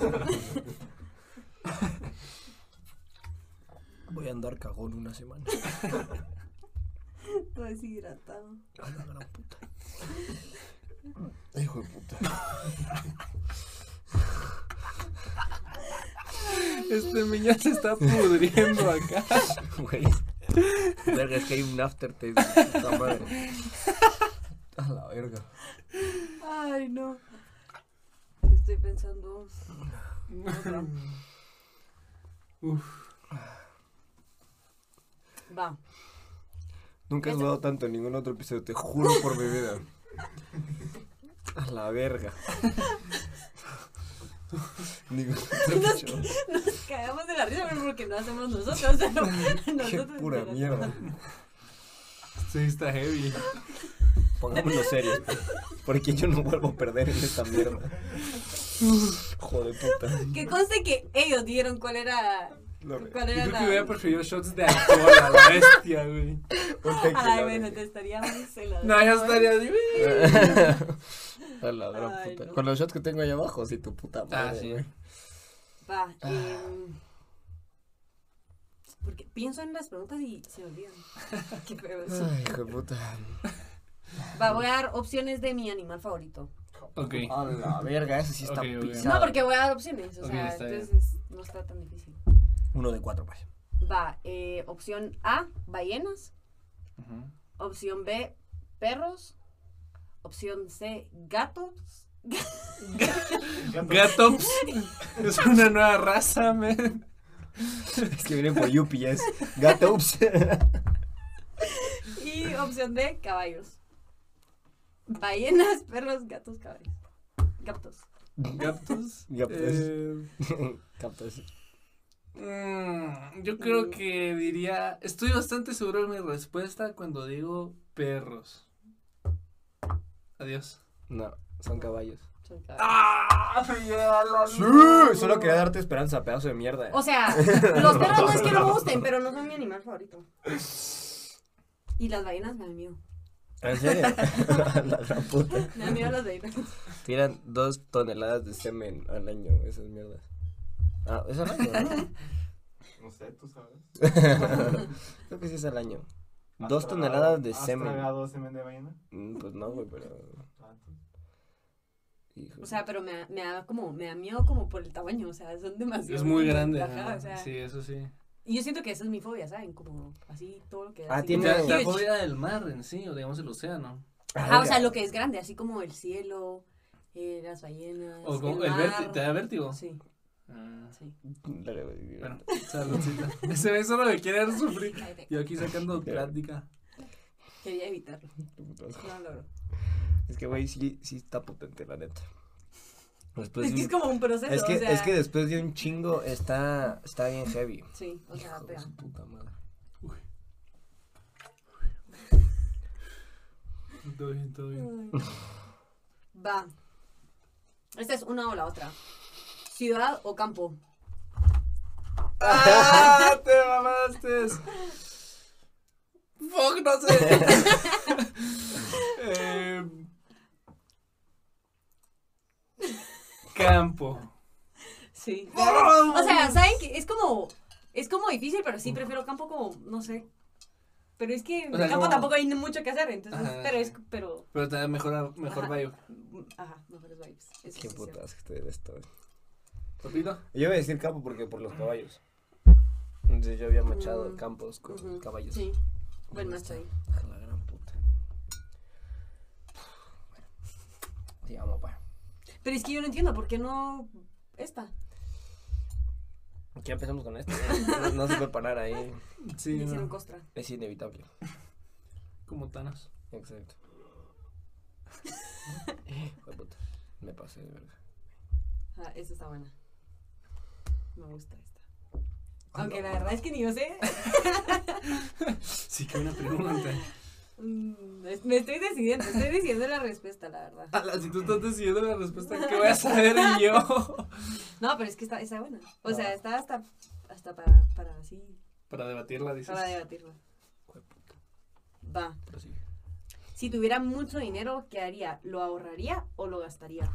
Voy a andar cagón una semana.
Todo deshidratado.
A la gran puta. Hijo de puta.
Este niño se está pudriendo acá.
Güey. Verga, es que hay un aftertaste. de puta madre. A la verga.
Ay, no. Estoy pensando. otra.
Uf.
Va.
Nunca he
Eso-
sudado tanto en ningún otro episodio, te juro por mi vida. A la verga. Digo,
Nos, nos cagamos de la risa, pero porque no hacemos nosotros. pero
qué
nosotros
pura
pero-
mierda.
Sí, está heavy.
Pongámonos serios, porque yo no vuelvo a perder en esta mierda. Joder puta.
Que conste que ellos dijeron cuál era.
No, me-
cuál
Yo
era
creo que
la-
hubiera preferido shots de alcohol a la bestia, güey.
Ah,
ponte que
Ay,
la
bueno,
verga.
te estaría muy celoso.
No, ya estaría así. güey.
A la gran
Ay,
puta.
no.
Con los shots que tengo ahí abajo, sí, tu puta madre.
Ah, sí.
güey.
Va, em, porque pienso en las preguntas y se me olvidan. Qué feo eso.
Ay, hijo de puta.
Va, voy a dar opciones de mi animal favorito.
Ok.
A la verga, ese sí está
Ok, ok.
pisado.
No, porque voy a dar opciones, o
Ok,
sea,
está bien.
entonces no está tan difícil.
Uno de cuatro, pues.
Va, eh, opción A, ballenas. Opción B, perros. Opción C, gatos.
Gatops. Es una nueva raza, man.
Es que viene por UPS. Gato, ups.
Y opción D, caballos. Ballenas, perros, gatos, caballos. Gatos.
Gatos.
Gatos.
Eh,
Capto eso.
mm, yo creo que diría. Estoy bastante seguro de mi respuesta cuando digo perros. Adiós.
No, son caballos.
Son caballos.
¡Ah!
Sí, solo quería darte esperanza, pedazo de mierda.
O sea, los perros no es que no me gusten, pero no son mi animal favorito. Y las ballenas me dan miedo.
¿En serio? A la gran puta.
Me dan miedo las ballenas.
Tiran dos toneladas de semen al año, esas mierdas. Ah, es al año, ¿no?
No sé, tú sabes.
Creo que sí es al año.
¿Has
Dos
tragado-
toneladas de
¿Has
semen.
tragado semen de ballena?
Mm, Pues no, güey, pero. hijo.
O sea, pero me da, me da como, me da miedo como por el tamaño, o sea, son demasiado.
Es muy grande.
Ajá,
ajá.
o sea,
Sí, eso sí.
Y yo siento que esa es mi fobia, ¿saben? Como así todo lo que
Ah,
así
tiene-
como
La, la
huge.
fobia del mar en sí, o digamos el océano.
Ah,
Ajá, ah, o sea, lo que es grande, así como el cielo, eh, las ballenas,
O como
el,
el
mar.
vértigo. ¿Te da vértigo?
Sí,
Ah,
sí.
Dale, güey.
bueno, saludcita. Ese ve solo me quiere hacer sufrir.
Cállate,
Yo aquí sacando plática.
Quería evitarlo. No lo logro.
Es que, güey, sí, sí está potente, la neta.
Pues
Después
es
de
que es como un
un-
proceso,
es que,
o sea.
es que después de un chingo está, está bien heavy.
Sí, o sea,
Hijo de
pega.
su puta madre.
Todo bien, todo bien.
Va. Esta es una o la otra. Ciudad o campo.
¡Ah! ¡Te mamaste! ¡Fuck, no sé! Eh, campo.
Sí.
¡Vamos!
O sea, ¿saben que Es como, es como difícil, pero sí prefiero campo como, no sé. Pero es que en
O sea,
el campo
como-
tampoco hay mucho que hacer, entonces,
Ajá,
pero
sí.
es, pero,
Pero te da mejor, mejor
Ajá.
vibe.
ajá, mejores vibes. Eso
Qué
sí es
putas que te esto.
¿Papito?
Yo iba a decir campo porque por los caballos. Entonces yo había machado
Mm.
campos con
cierto. Ujú,
caballos.
Sí. Buen macho ahí.
A la gran puta. Bueno. Digamos, pa.
Pero es que yo no entiendo, ¿por qué no esta?
Ya empezamos con esto. ¿eh? No, no se puede parar ahí.
Sí,
Me hicieron
no,
costra.
Es inevitable.
como Thanos.
Exacto. Hijo de puta. Me pasé de verga.
Ah, esta está buena. Me gusta esta.
Ah,
Aunque la verdad es que ni yo sé.
Sí, que una pregunta.
Mm, es- Me estoy decidiendo, estoy diciendo la respuesta, la verdad.
Ala, si tú estás decidiendo la respuesta, ¿qué voy a saber yo?
No, pero es que está, está buena. O sea,
Ah.
está hasta, hasta para, para así,
Para debatirla, dices.
para debatirla. Va.
Pero sí.
Si tuviera mucho dinero, ¿qué haría? ¿Lo ahorraría o lo gastaría?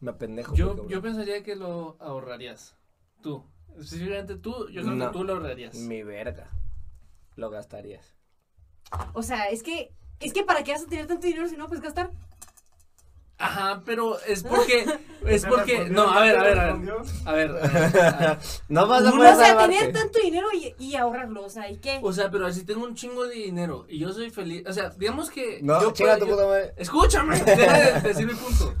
Me apendejo. muy
Yo,
cabrón.
yo pensaría que lo ahorrarías. Tú. Específicamente tú, yo creo
No.
que tú lo ahorrarías.
Mi verga. Lo gastarías.
O sea, es que, es que ¿para qué vas a tener tanto dinero si no puedes gastar?
Ajá, pero es porque. Es
¿Te
porque.
respondió?
No, a ver, a ver, a ver.
¿Respondió?
A ver, a ver, a ver.
No vas
No,
a
o
poder
sea,
salvarte.
tener tanto dinero y, y ahorrarlo, o sea, ¿y qué?
O sea, pero si tengo un chingo de dinero y yo soy feliz. O sea, digamos que.
No,
yo
chinga
puedo-
tu
yo-
puta madre.
Escúchame, deja de decir mi punto.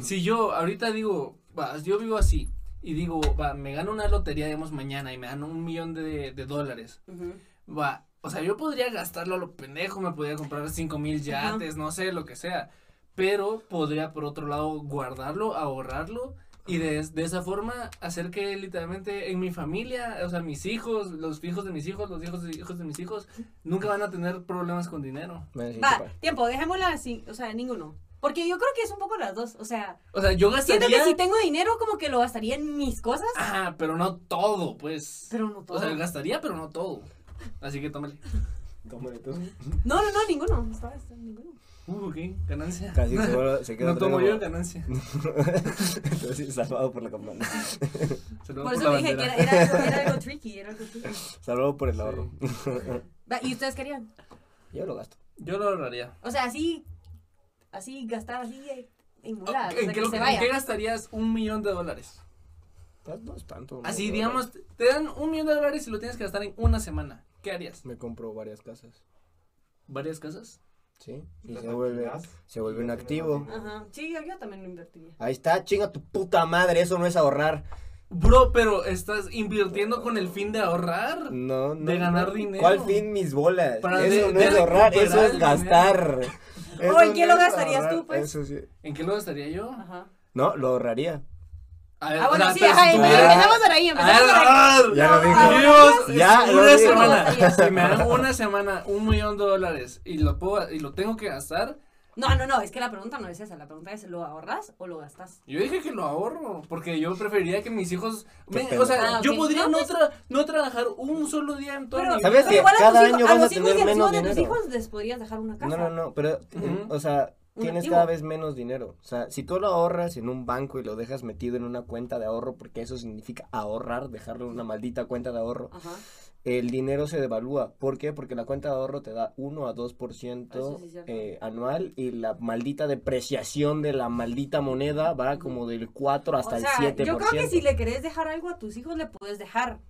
Si yo ahorita digo, va, yo vivo así y digo, va, me gano una lotería, digamos, mañana y me dan un millón de, de dólares,
Ujú.
va, O sea, yo podría gastarlo a lo pendejo, me podría comprar cinco mil yates, no sé, lo que sea. Pero podría, por otro lado, guardarlo, ahorrarlo y de, es- de esa forma hacer que literalmente en mi familia, o sea, mis hijos, los hijos de mis hijos, los hijos de hijos de mis hijos, nunca van a tener problemas con dinero.
Bueno, sí,
Va,
capaz.
tiempo, dejémosla así, o sea, ninguno. Porque yo creo que es un poco las dos, o sea,
O sea, yo
siento
gastaría.
que si tengo dinero como que lo gastaría en mis cosas,
Ajá, pero no todo, pues.
pero no todo.
O sea, gastaría, pero no todo. Así que tómale.
Tómale tú.
No, no, no, ninguno. Está- está- ninguno.
Uh, ¿qué? Ganancia.
Casi se, vuelve- se queda
No tomo yo
atrás.
ganancia.
Entonces, salvado por la campana.
Saludo
Por eso
la
te dije que
bandera.
era, era algo, era algo tricky, era algo tricky.
Salvado por el ahorro.
Va, ¿Y ustedes querían?
Yo lo gasto.
Yo lo ahorraría.
O sea, así, así, gastar así eh, en muladas, o
Ah, ¿En
sea,
qué,
que
lo-
se
en
vaya.
qué gastarías un millón de dólares?
Pues No es tanto. no,
Así,
no,
digamos, te dan un millón de dólares y lo tienes que gastar en una semana. ¿Qué harías?
Me compro varias casas.
¿Varias casas?
Sí. Y
Las
se vuelve,
alquilas,
se vuelve un
y ya tienes
activo.
así.
Ajá, sí, yo, yo también lo invertiría.
Ahí está, chinga tu puta madre, eso no es ahorrar.
Bro, pero estás invirtiendo con el fin de ahorrar.
No, no.
De ganar
no.
dinero.
¿Cuál fin mis bolas?
Para
eso
de-
no
de
es ahorrar,
recuperar
eso es
el
gastar. Eso
¿en qué
no
lo
es
gastarías
ahorrar,
tú, pues?
eso sí.
¿En qué lo gastaría yo?
Ajá.
No, lo ahorraría.
A ver,
Ah, bueno,
o sea,
sí,
pero si
ajá,
tú
em-
tuvieras-
empezamos por ahí, empezamos por
Ah.
ahí.
¡Ahorrar!
Ya lo dije.
Amigos,
Ya
es
lo
una
dije.
semana.
Sí.
Si me dan una semana un millón de dólares y lo puedo y lo tengo que gastar,
No, no, no, es que la pregunta no es esa, la pregunta es, ¿lo ahorras o lo gastas?
yo dije que lo ahorro, porque yo preferiría que mis hijos,
Qué
me-
pena.
o sea,
Ah,
yo
ok.
podría
No,
no, tra- no trabajar un solo día en toda
Pero,
mi
¿Sabes
vida.
pero
qué?
igual a
Cada
tus
año
hijos,
vas a
los
tener
hijos y a los
menos
hijos de tus
dinero.
hijos les podrías dejar una casa.
No, no, no, pero,
Ujú.
o sea,
Un
tienes
activo.
cada vez menos dinero. O sea, si tú lo ahorras en un banco y lo dejas metido en una cuenta de ahorro, porque eso significa ahorrar, dejarlo en una maldita cuenta de ahorro,
Ajá.
el dinero se devalúa. ¿Por qué? Porque la cuenta de ahorro te da 1 a
Eso
2%
sí es cierto.
eh, anual y la maldita depreciación de la maldita moneda va como del 4 hasta
o sea,
el 7%.
yo creo que si le querés dejar algo a tus hijos, le puedes dejar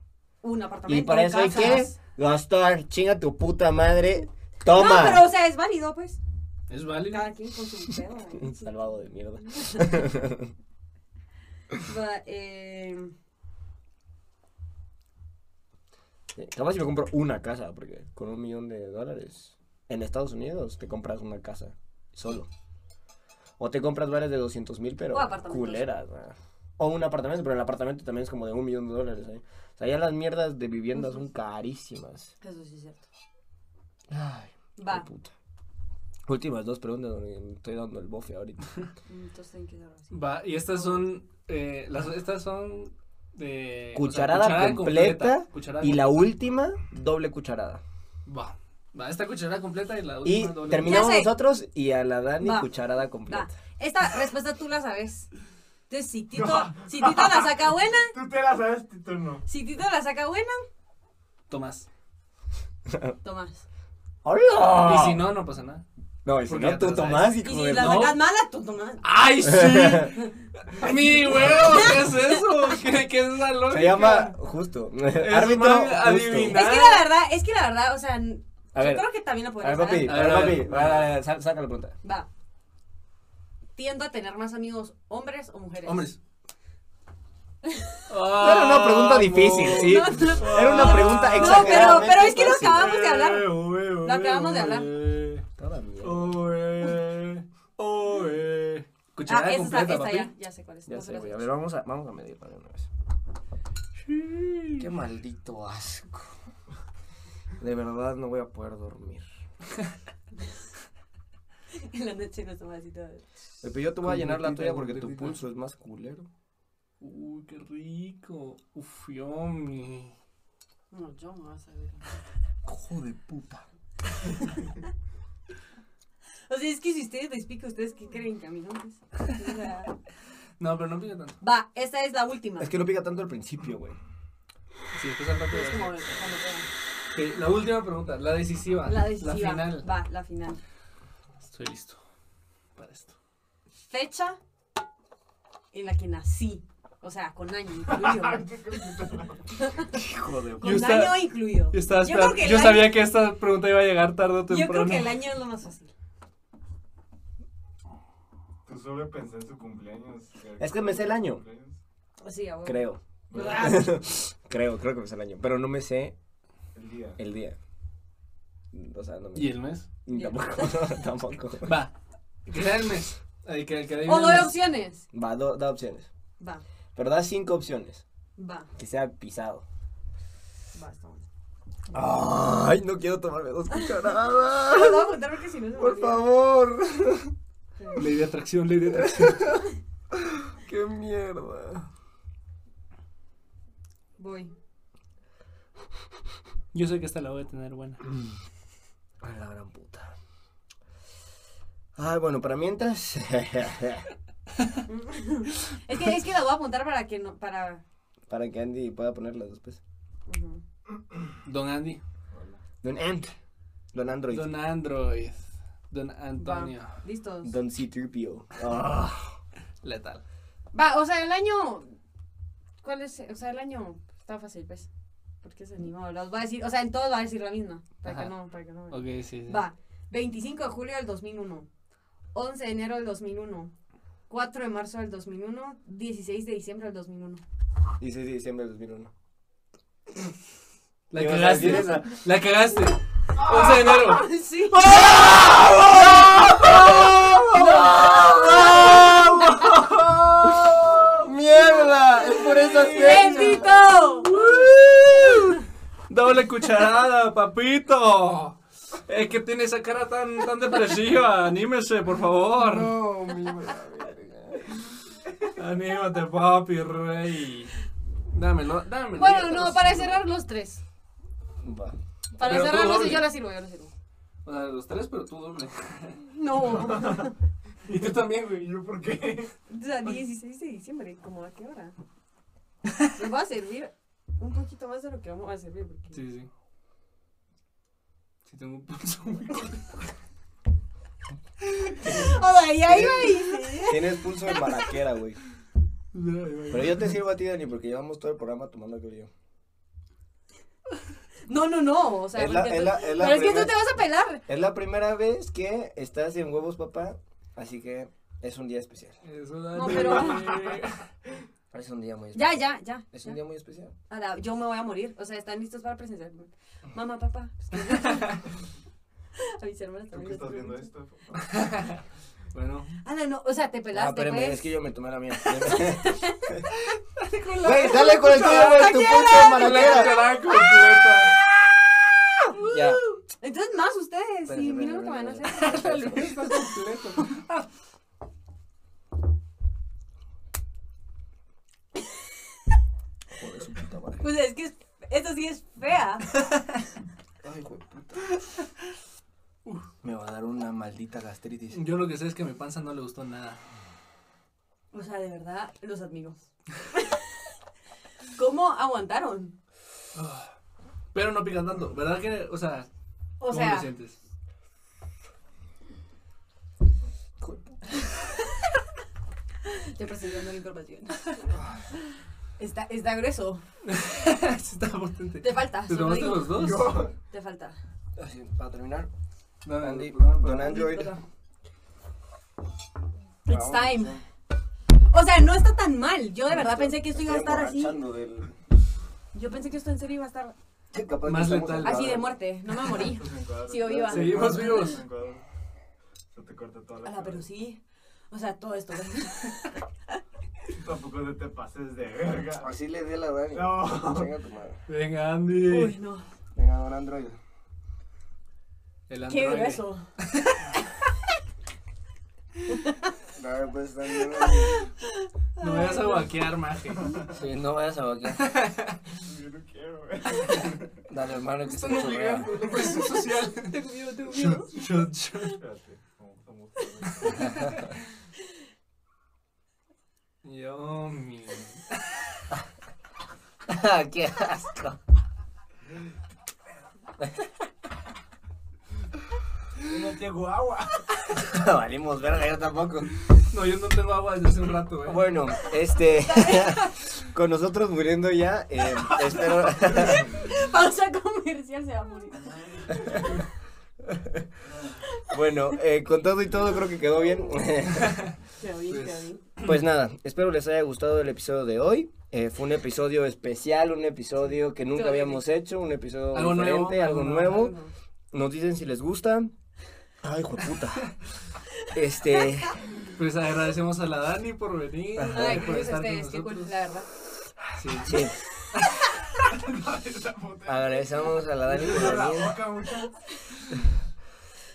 un apartamento.
Y para eso hay que
casas.
gastar, chinga tu puta madre,
No, pero
toma.
o sea, es válido, pues.
Es válido.
Cada quien con su pedo. ¿eh?
Salvado de mierda.
Va, eh,
Eh, Capaz si me compro una casa, porque con un millón de dólares en Estados Unidos te compras una casa solo. O te compras varias de 200 mil, pero
O apartamentos.
culeras. ah. O un apartamento, pero el apartamento también es como de un millón de dólares. ¿eh? O sea, ya las mierdas de vivienda son carísimas.
eso sí es cierto.
Ay,
Va.
qué puta. Últimas dos preguntas, porque me estoy dando el bofe
Eh,
ahorita.
Entonces hay que dar así.
Va, y estas son, eh, las, estas son de... o sea,
Cucharada completa
cucharada
Y la última, doble cucharada.
com- Va, va, esta cucharada completa y la
Y
última doble.
terminamos
Ya sé.
nosotros y a la Dani
Va.
cucharada
Va.
completa.
Esta respuesta tú la sabes. Entonces, si Tito, si Tito la saca buena,
Tú te la sabes, Tito no.
si Tito la saca buena,
Tomás.
Tomás.
¡Hola!
Y si no, no pasa nada.
No, y si
Porque
no,
ya
tú
te lo sabes.
tomás y
Y
como
si
de-
la
no.
sacas mala, tú Tomás.
Ah,
¡Ay, sí! ¡Mi huevo! ¿Qué es eso? ¿Qué, qué es esa lógica?
Se llama justo. Árbitro
man
justo.
adivinar.
Es que la verdad, es que la verdad, o sea, n-
A ver,
yo creo que también la
A ver,
podrías
papi,
sacar.
a
A ver,
ver,
a
papi.
ver.
Va, va, va, sa- saca la pregunta.
Va. Tiendo a tener más amigos hombres o mujeres.
Hombres. Ah,
Era una pregunta difícil, sí.
No, no. Ah,
Era una pregunta
No,
exagerada.
pero, pero es que lo acabamos de hablar.
Lo
acabamos de hablar.
Oh,
Ah,
Cucharada
esa está,
completa,
esa ya,
papi.
ya sé cuál es.
¿eh? Ya
no se
sé,
las
güey. A
escucho.
ver, vamos a, vamos a medir para una vez. Qué maldito asco. De verdad no voy a poder dormir.
En la noche nos tomamos así todo.
Pepe, yo te voy a llenar la
Completita,
tuya porque tu
completita.
pulso es más culero.
Uy, qué rico. Uf, yummy.
No, yo no vas a ver.
Cojo de puta.
O sea, es que si ustedes les pica, ¿ustedes qué creen, caminones? O sea,
No, pero no pica tanto.
Va, esta es la última.
Es que no pica tanto al principio, güey.
Sí, después al rato
Es como
de-
cuando pega.
Ok, La última pregunta, la decisiva.
La decisiva.
final.
Va, la final.
Estoy listo para esto.
Fecha en la que nací. O sea, con año incluido.
Hijo de puta.
Con
estaba-
año incluido.
Yo, estaba
creo
esperando-
que el
yo
año-
sabía que esta pregunta iba a llegar tarde o temprano.
Yo creo que el año es lo más fácil.
Tú solo pensé en su cumpleaños.
Es que me sé el año.
Cumpleaños.
O sea, bueno.
Creo.
Ah,
Creo, creo que me sé el año. Pero no me sé
El día.
el día. o sea, no me...
¿Y el mes?
Tampoco, tampoco.
Va. Que sea el mes. Ay, que- que adivine
O
el
doy
mes.
opciones.
Va, do- da opciones.
Va,
Pero da cinco opciones.
va,
Que sea pisado.
va, está bueno.
Ay, no quiero tomarme dos
No, lo
cucharadas.
voy a apuntar porque si no se me
Por
olvida.
favor.
Ley de atracción, ley de atracción.
Qué mierda.
Voy.
Yo sé que esta la voy a tener buena.
A la gran puta. Ay, bueno, para mientras.
Es que, es que la voy a apuntar para que no, para...
para que Andy pueda ponerlas después.
Ujú.
Don Andy.
Don Ant. Don Android.
Don Android. Don Antonio.
Va, listos.
Don C-3PO. Ah.
Letal.
Va, o sea, el año. ¿Cuál es? O sea, el año. Está fácil, pues. Porque es animado. Los va a decir. O sea, en todos va a decir la misma. Para
Ajá.
que no, para que no.
Ok, sí, sí.
Va. 25 de julio del 2001. 11 de enero del 2001. 4 de marzo del 2001. 16 de diciembre del 2001.
16 de diciembre de 2001.
La
Ibas a decir
cagaste.
esa.
La cagaste. 11 de enero.
Sí.
¡Mierda! Es por esas fechas.
¡Bendito!
Doble cucharada, papito. Es que tiene esa cara tan, tan depresiva. Anímese, por favor.
No, mi verga.
Anímate, papi, rey. Dámelo, dámelo.
Bueno,
yo te
no,
lo
para
sirvo.
cerrar los tres.
Va.
Para
Pero tú
cerrar los
doble.
yo la sirvo, yo la sirvo.
O sea, los tres, pero tú doble.
No.
Y tú también, güey. ¿Yo por qué?
O sea, 16 de diciembre, ¿cómo a qué hora? Les voy a servir un poquito más de lo que vamos a servir. Porque...
Sí, sí. Sí, tengo un pulso muy corto.
O sea, ya iba y...
Tienes pulso de maraquera, güey. Pero
Pero
yo te sirvo a ti, Dani, porque llevamos todo el programa tomando que yo.
No, no, no, o sea,
Es la-
porque
es
tú-
la- es la
pero es que tú
primera-
te vas a pelar.
Es la primera vez que estás en huevos, papá. Así que es un día especial.
Eso
No, pero-
Es un día muy
Ya,
especial.
ya, ya.
Es
ya.
un día muy especial.
A la- yo me voy a morir, o sea, están listos para presenciar. Mamá, papá. pues, que- a mis hermanas
¿Tú
también.
que estás
les pregunto.
viendo esto?
Bueno.
Ala, no, o sea, te
Ah,
pelaste,
espérame,
pues.
es que yo me tomé la mía. Güey, dale con el tuyo, güey, tu pulso de
La
maraquera.
cucharada completa.
Ya.
Entonces, más ustedes,
Espérate,
y miren lo que van a
espérate,
hacer.
La luna está completa.
Joder, su puta madre.
O sea, Pues es que es- esto sí es fea.
Ay, hijo de puta. Me va a dar una maldita gastritis.
Yo lo que sé es que a mi panza no le gustó nada.
O sea, de verdad, los admiro. ¿Cómo aguantaron?
Pero no pican tanto, ¿verdad que? O sea,
O
¿cómo lo
sea,
sientes?
Hijo de puta.
estoy presentando la información. Está, está grueso.
Sí, está potente.
Te falta.
¿Te
solo
tomaste
digo.
los dos?
Te falta.
Así, para terminar.
No, no,
Andy,
no, no,
Don
no.
Android.
It's time. O sea, no está tan mal. Yo de verdad pensé que esto iba a estar así. Yo pensé que esto en serio iba a estar
Más letal.
así de muerte. No me morí. Sigo viva.
Seguimos vivos.
Se te corta toda la
Ala, Ah, pero
cabeza.
sí. O sea, todo esto.
Tampoco te, te pases de verga.
Así le di a la Dani.
No.
Venga tu madre.
Venga, Andy.
Uy, no.
Venga, don Android.
El Android.
Qué grueso.
Dale, pues, Dani.
No me vas a guaquear, maje.
Sí, no vayas a vaquear.
Yo no quiero, güey.
Dale, hermano, que se
Están
chorrea.
obligando la presión social. Tengo miedo, tengo miedo. Shot, shot.
Espérate. Vamos, vamos, vamos.
Yo, mi.
Ah, ¡Qué asco!
No tengo agua.
Valimos verga, yo tampoco.
No, yo no tengo agua desde hace un rato, eh.
Bueno, este. con nosotros muriendo ya, eh, espero.
Pausa comercial se va a morir.
Pues,
bueno, eh, con todo y todo, creo que quedó bien.
Te oí, te
Pues,
oí.
Pues nada, espero les haya gustado el episodio de hoy. Eh, fue un episodio especial, un episodio que nunca
Todo bien.
habíamos hecho, un episodio
Algo nuevo,
diferente, algo
algo
nuevo.
nuevo.
Nos dicen si les gusta. Ay, hijo de puta. Este.
Pues agradecemos a la Dani por venir.
Ay, este,
por
gracias a
estar con
ustedes, qué cool,
nosotros.
la verdad.
Sí.
Sí,
Esa puta.
agradecemos a la Dani por
La
venir.
boca mucho.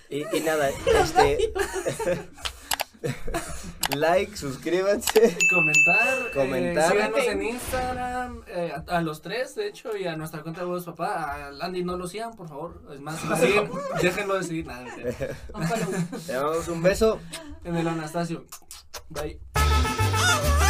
Y, y nada, este. like, suscríbanse.
Comentar, eh,
Comentar.
síganos en Instagram, eh, a, a los tres, de hecho, y a nuestra cuenta de voz papá. A Andy no lo sigan, por favor. Es más, si lo siguen, déjenlo decidir. Nada, mentira.
Un follow.
Te damos un beso.
en el Anastasio. Bye.
Thank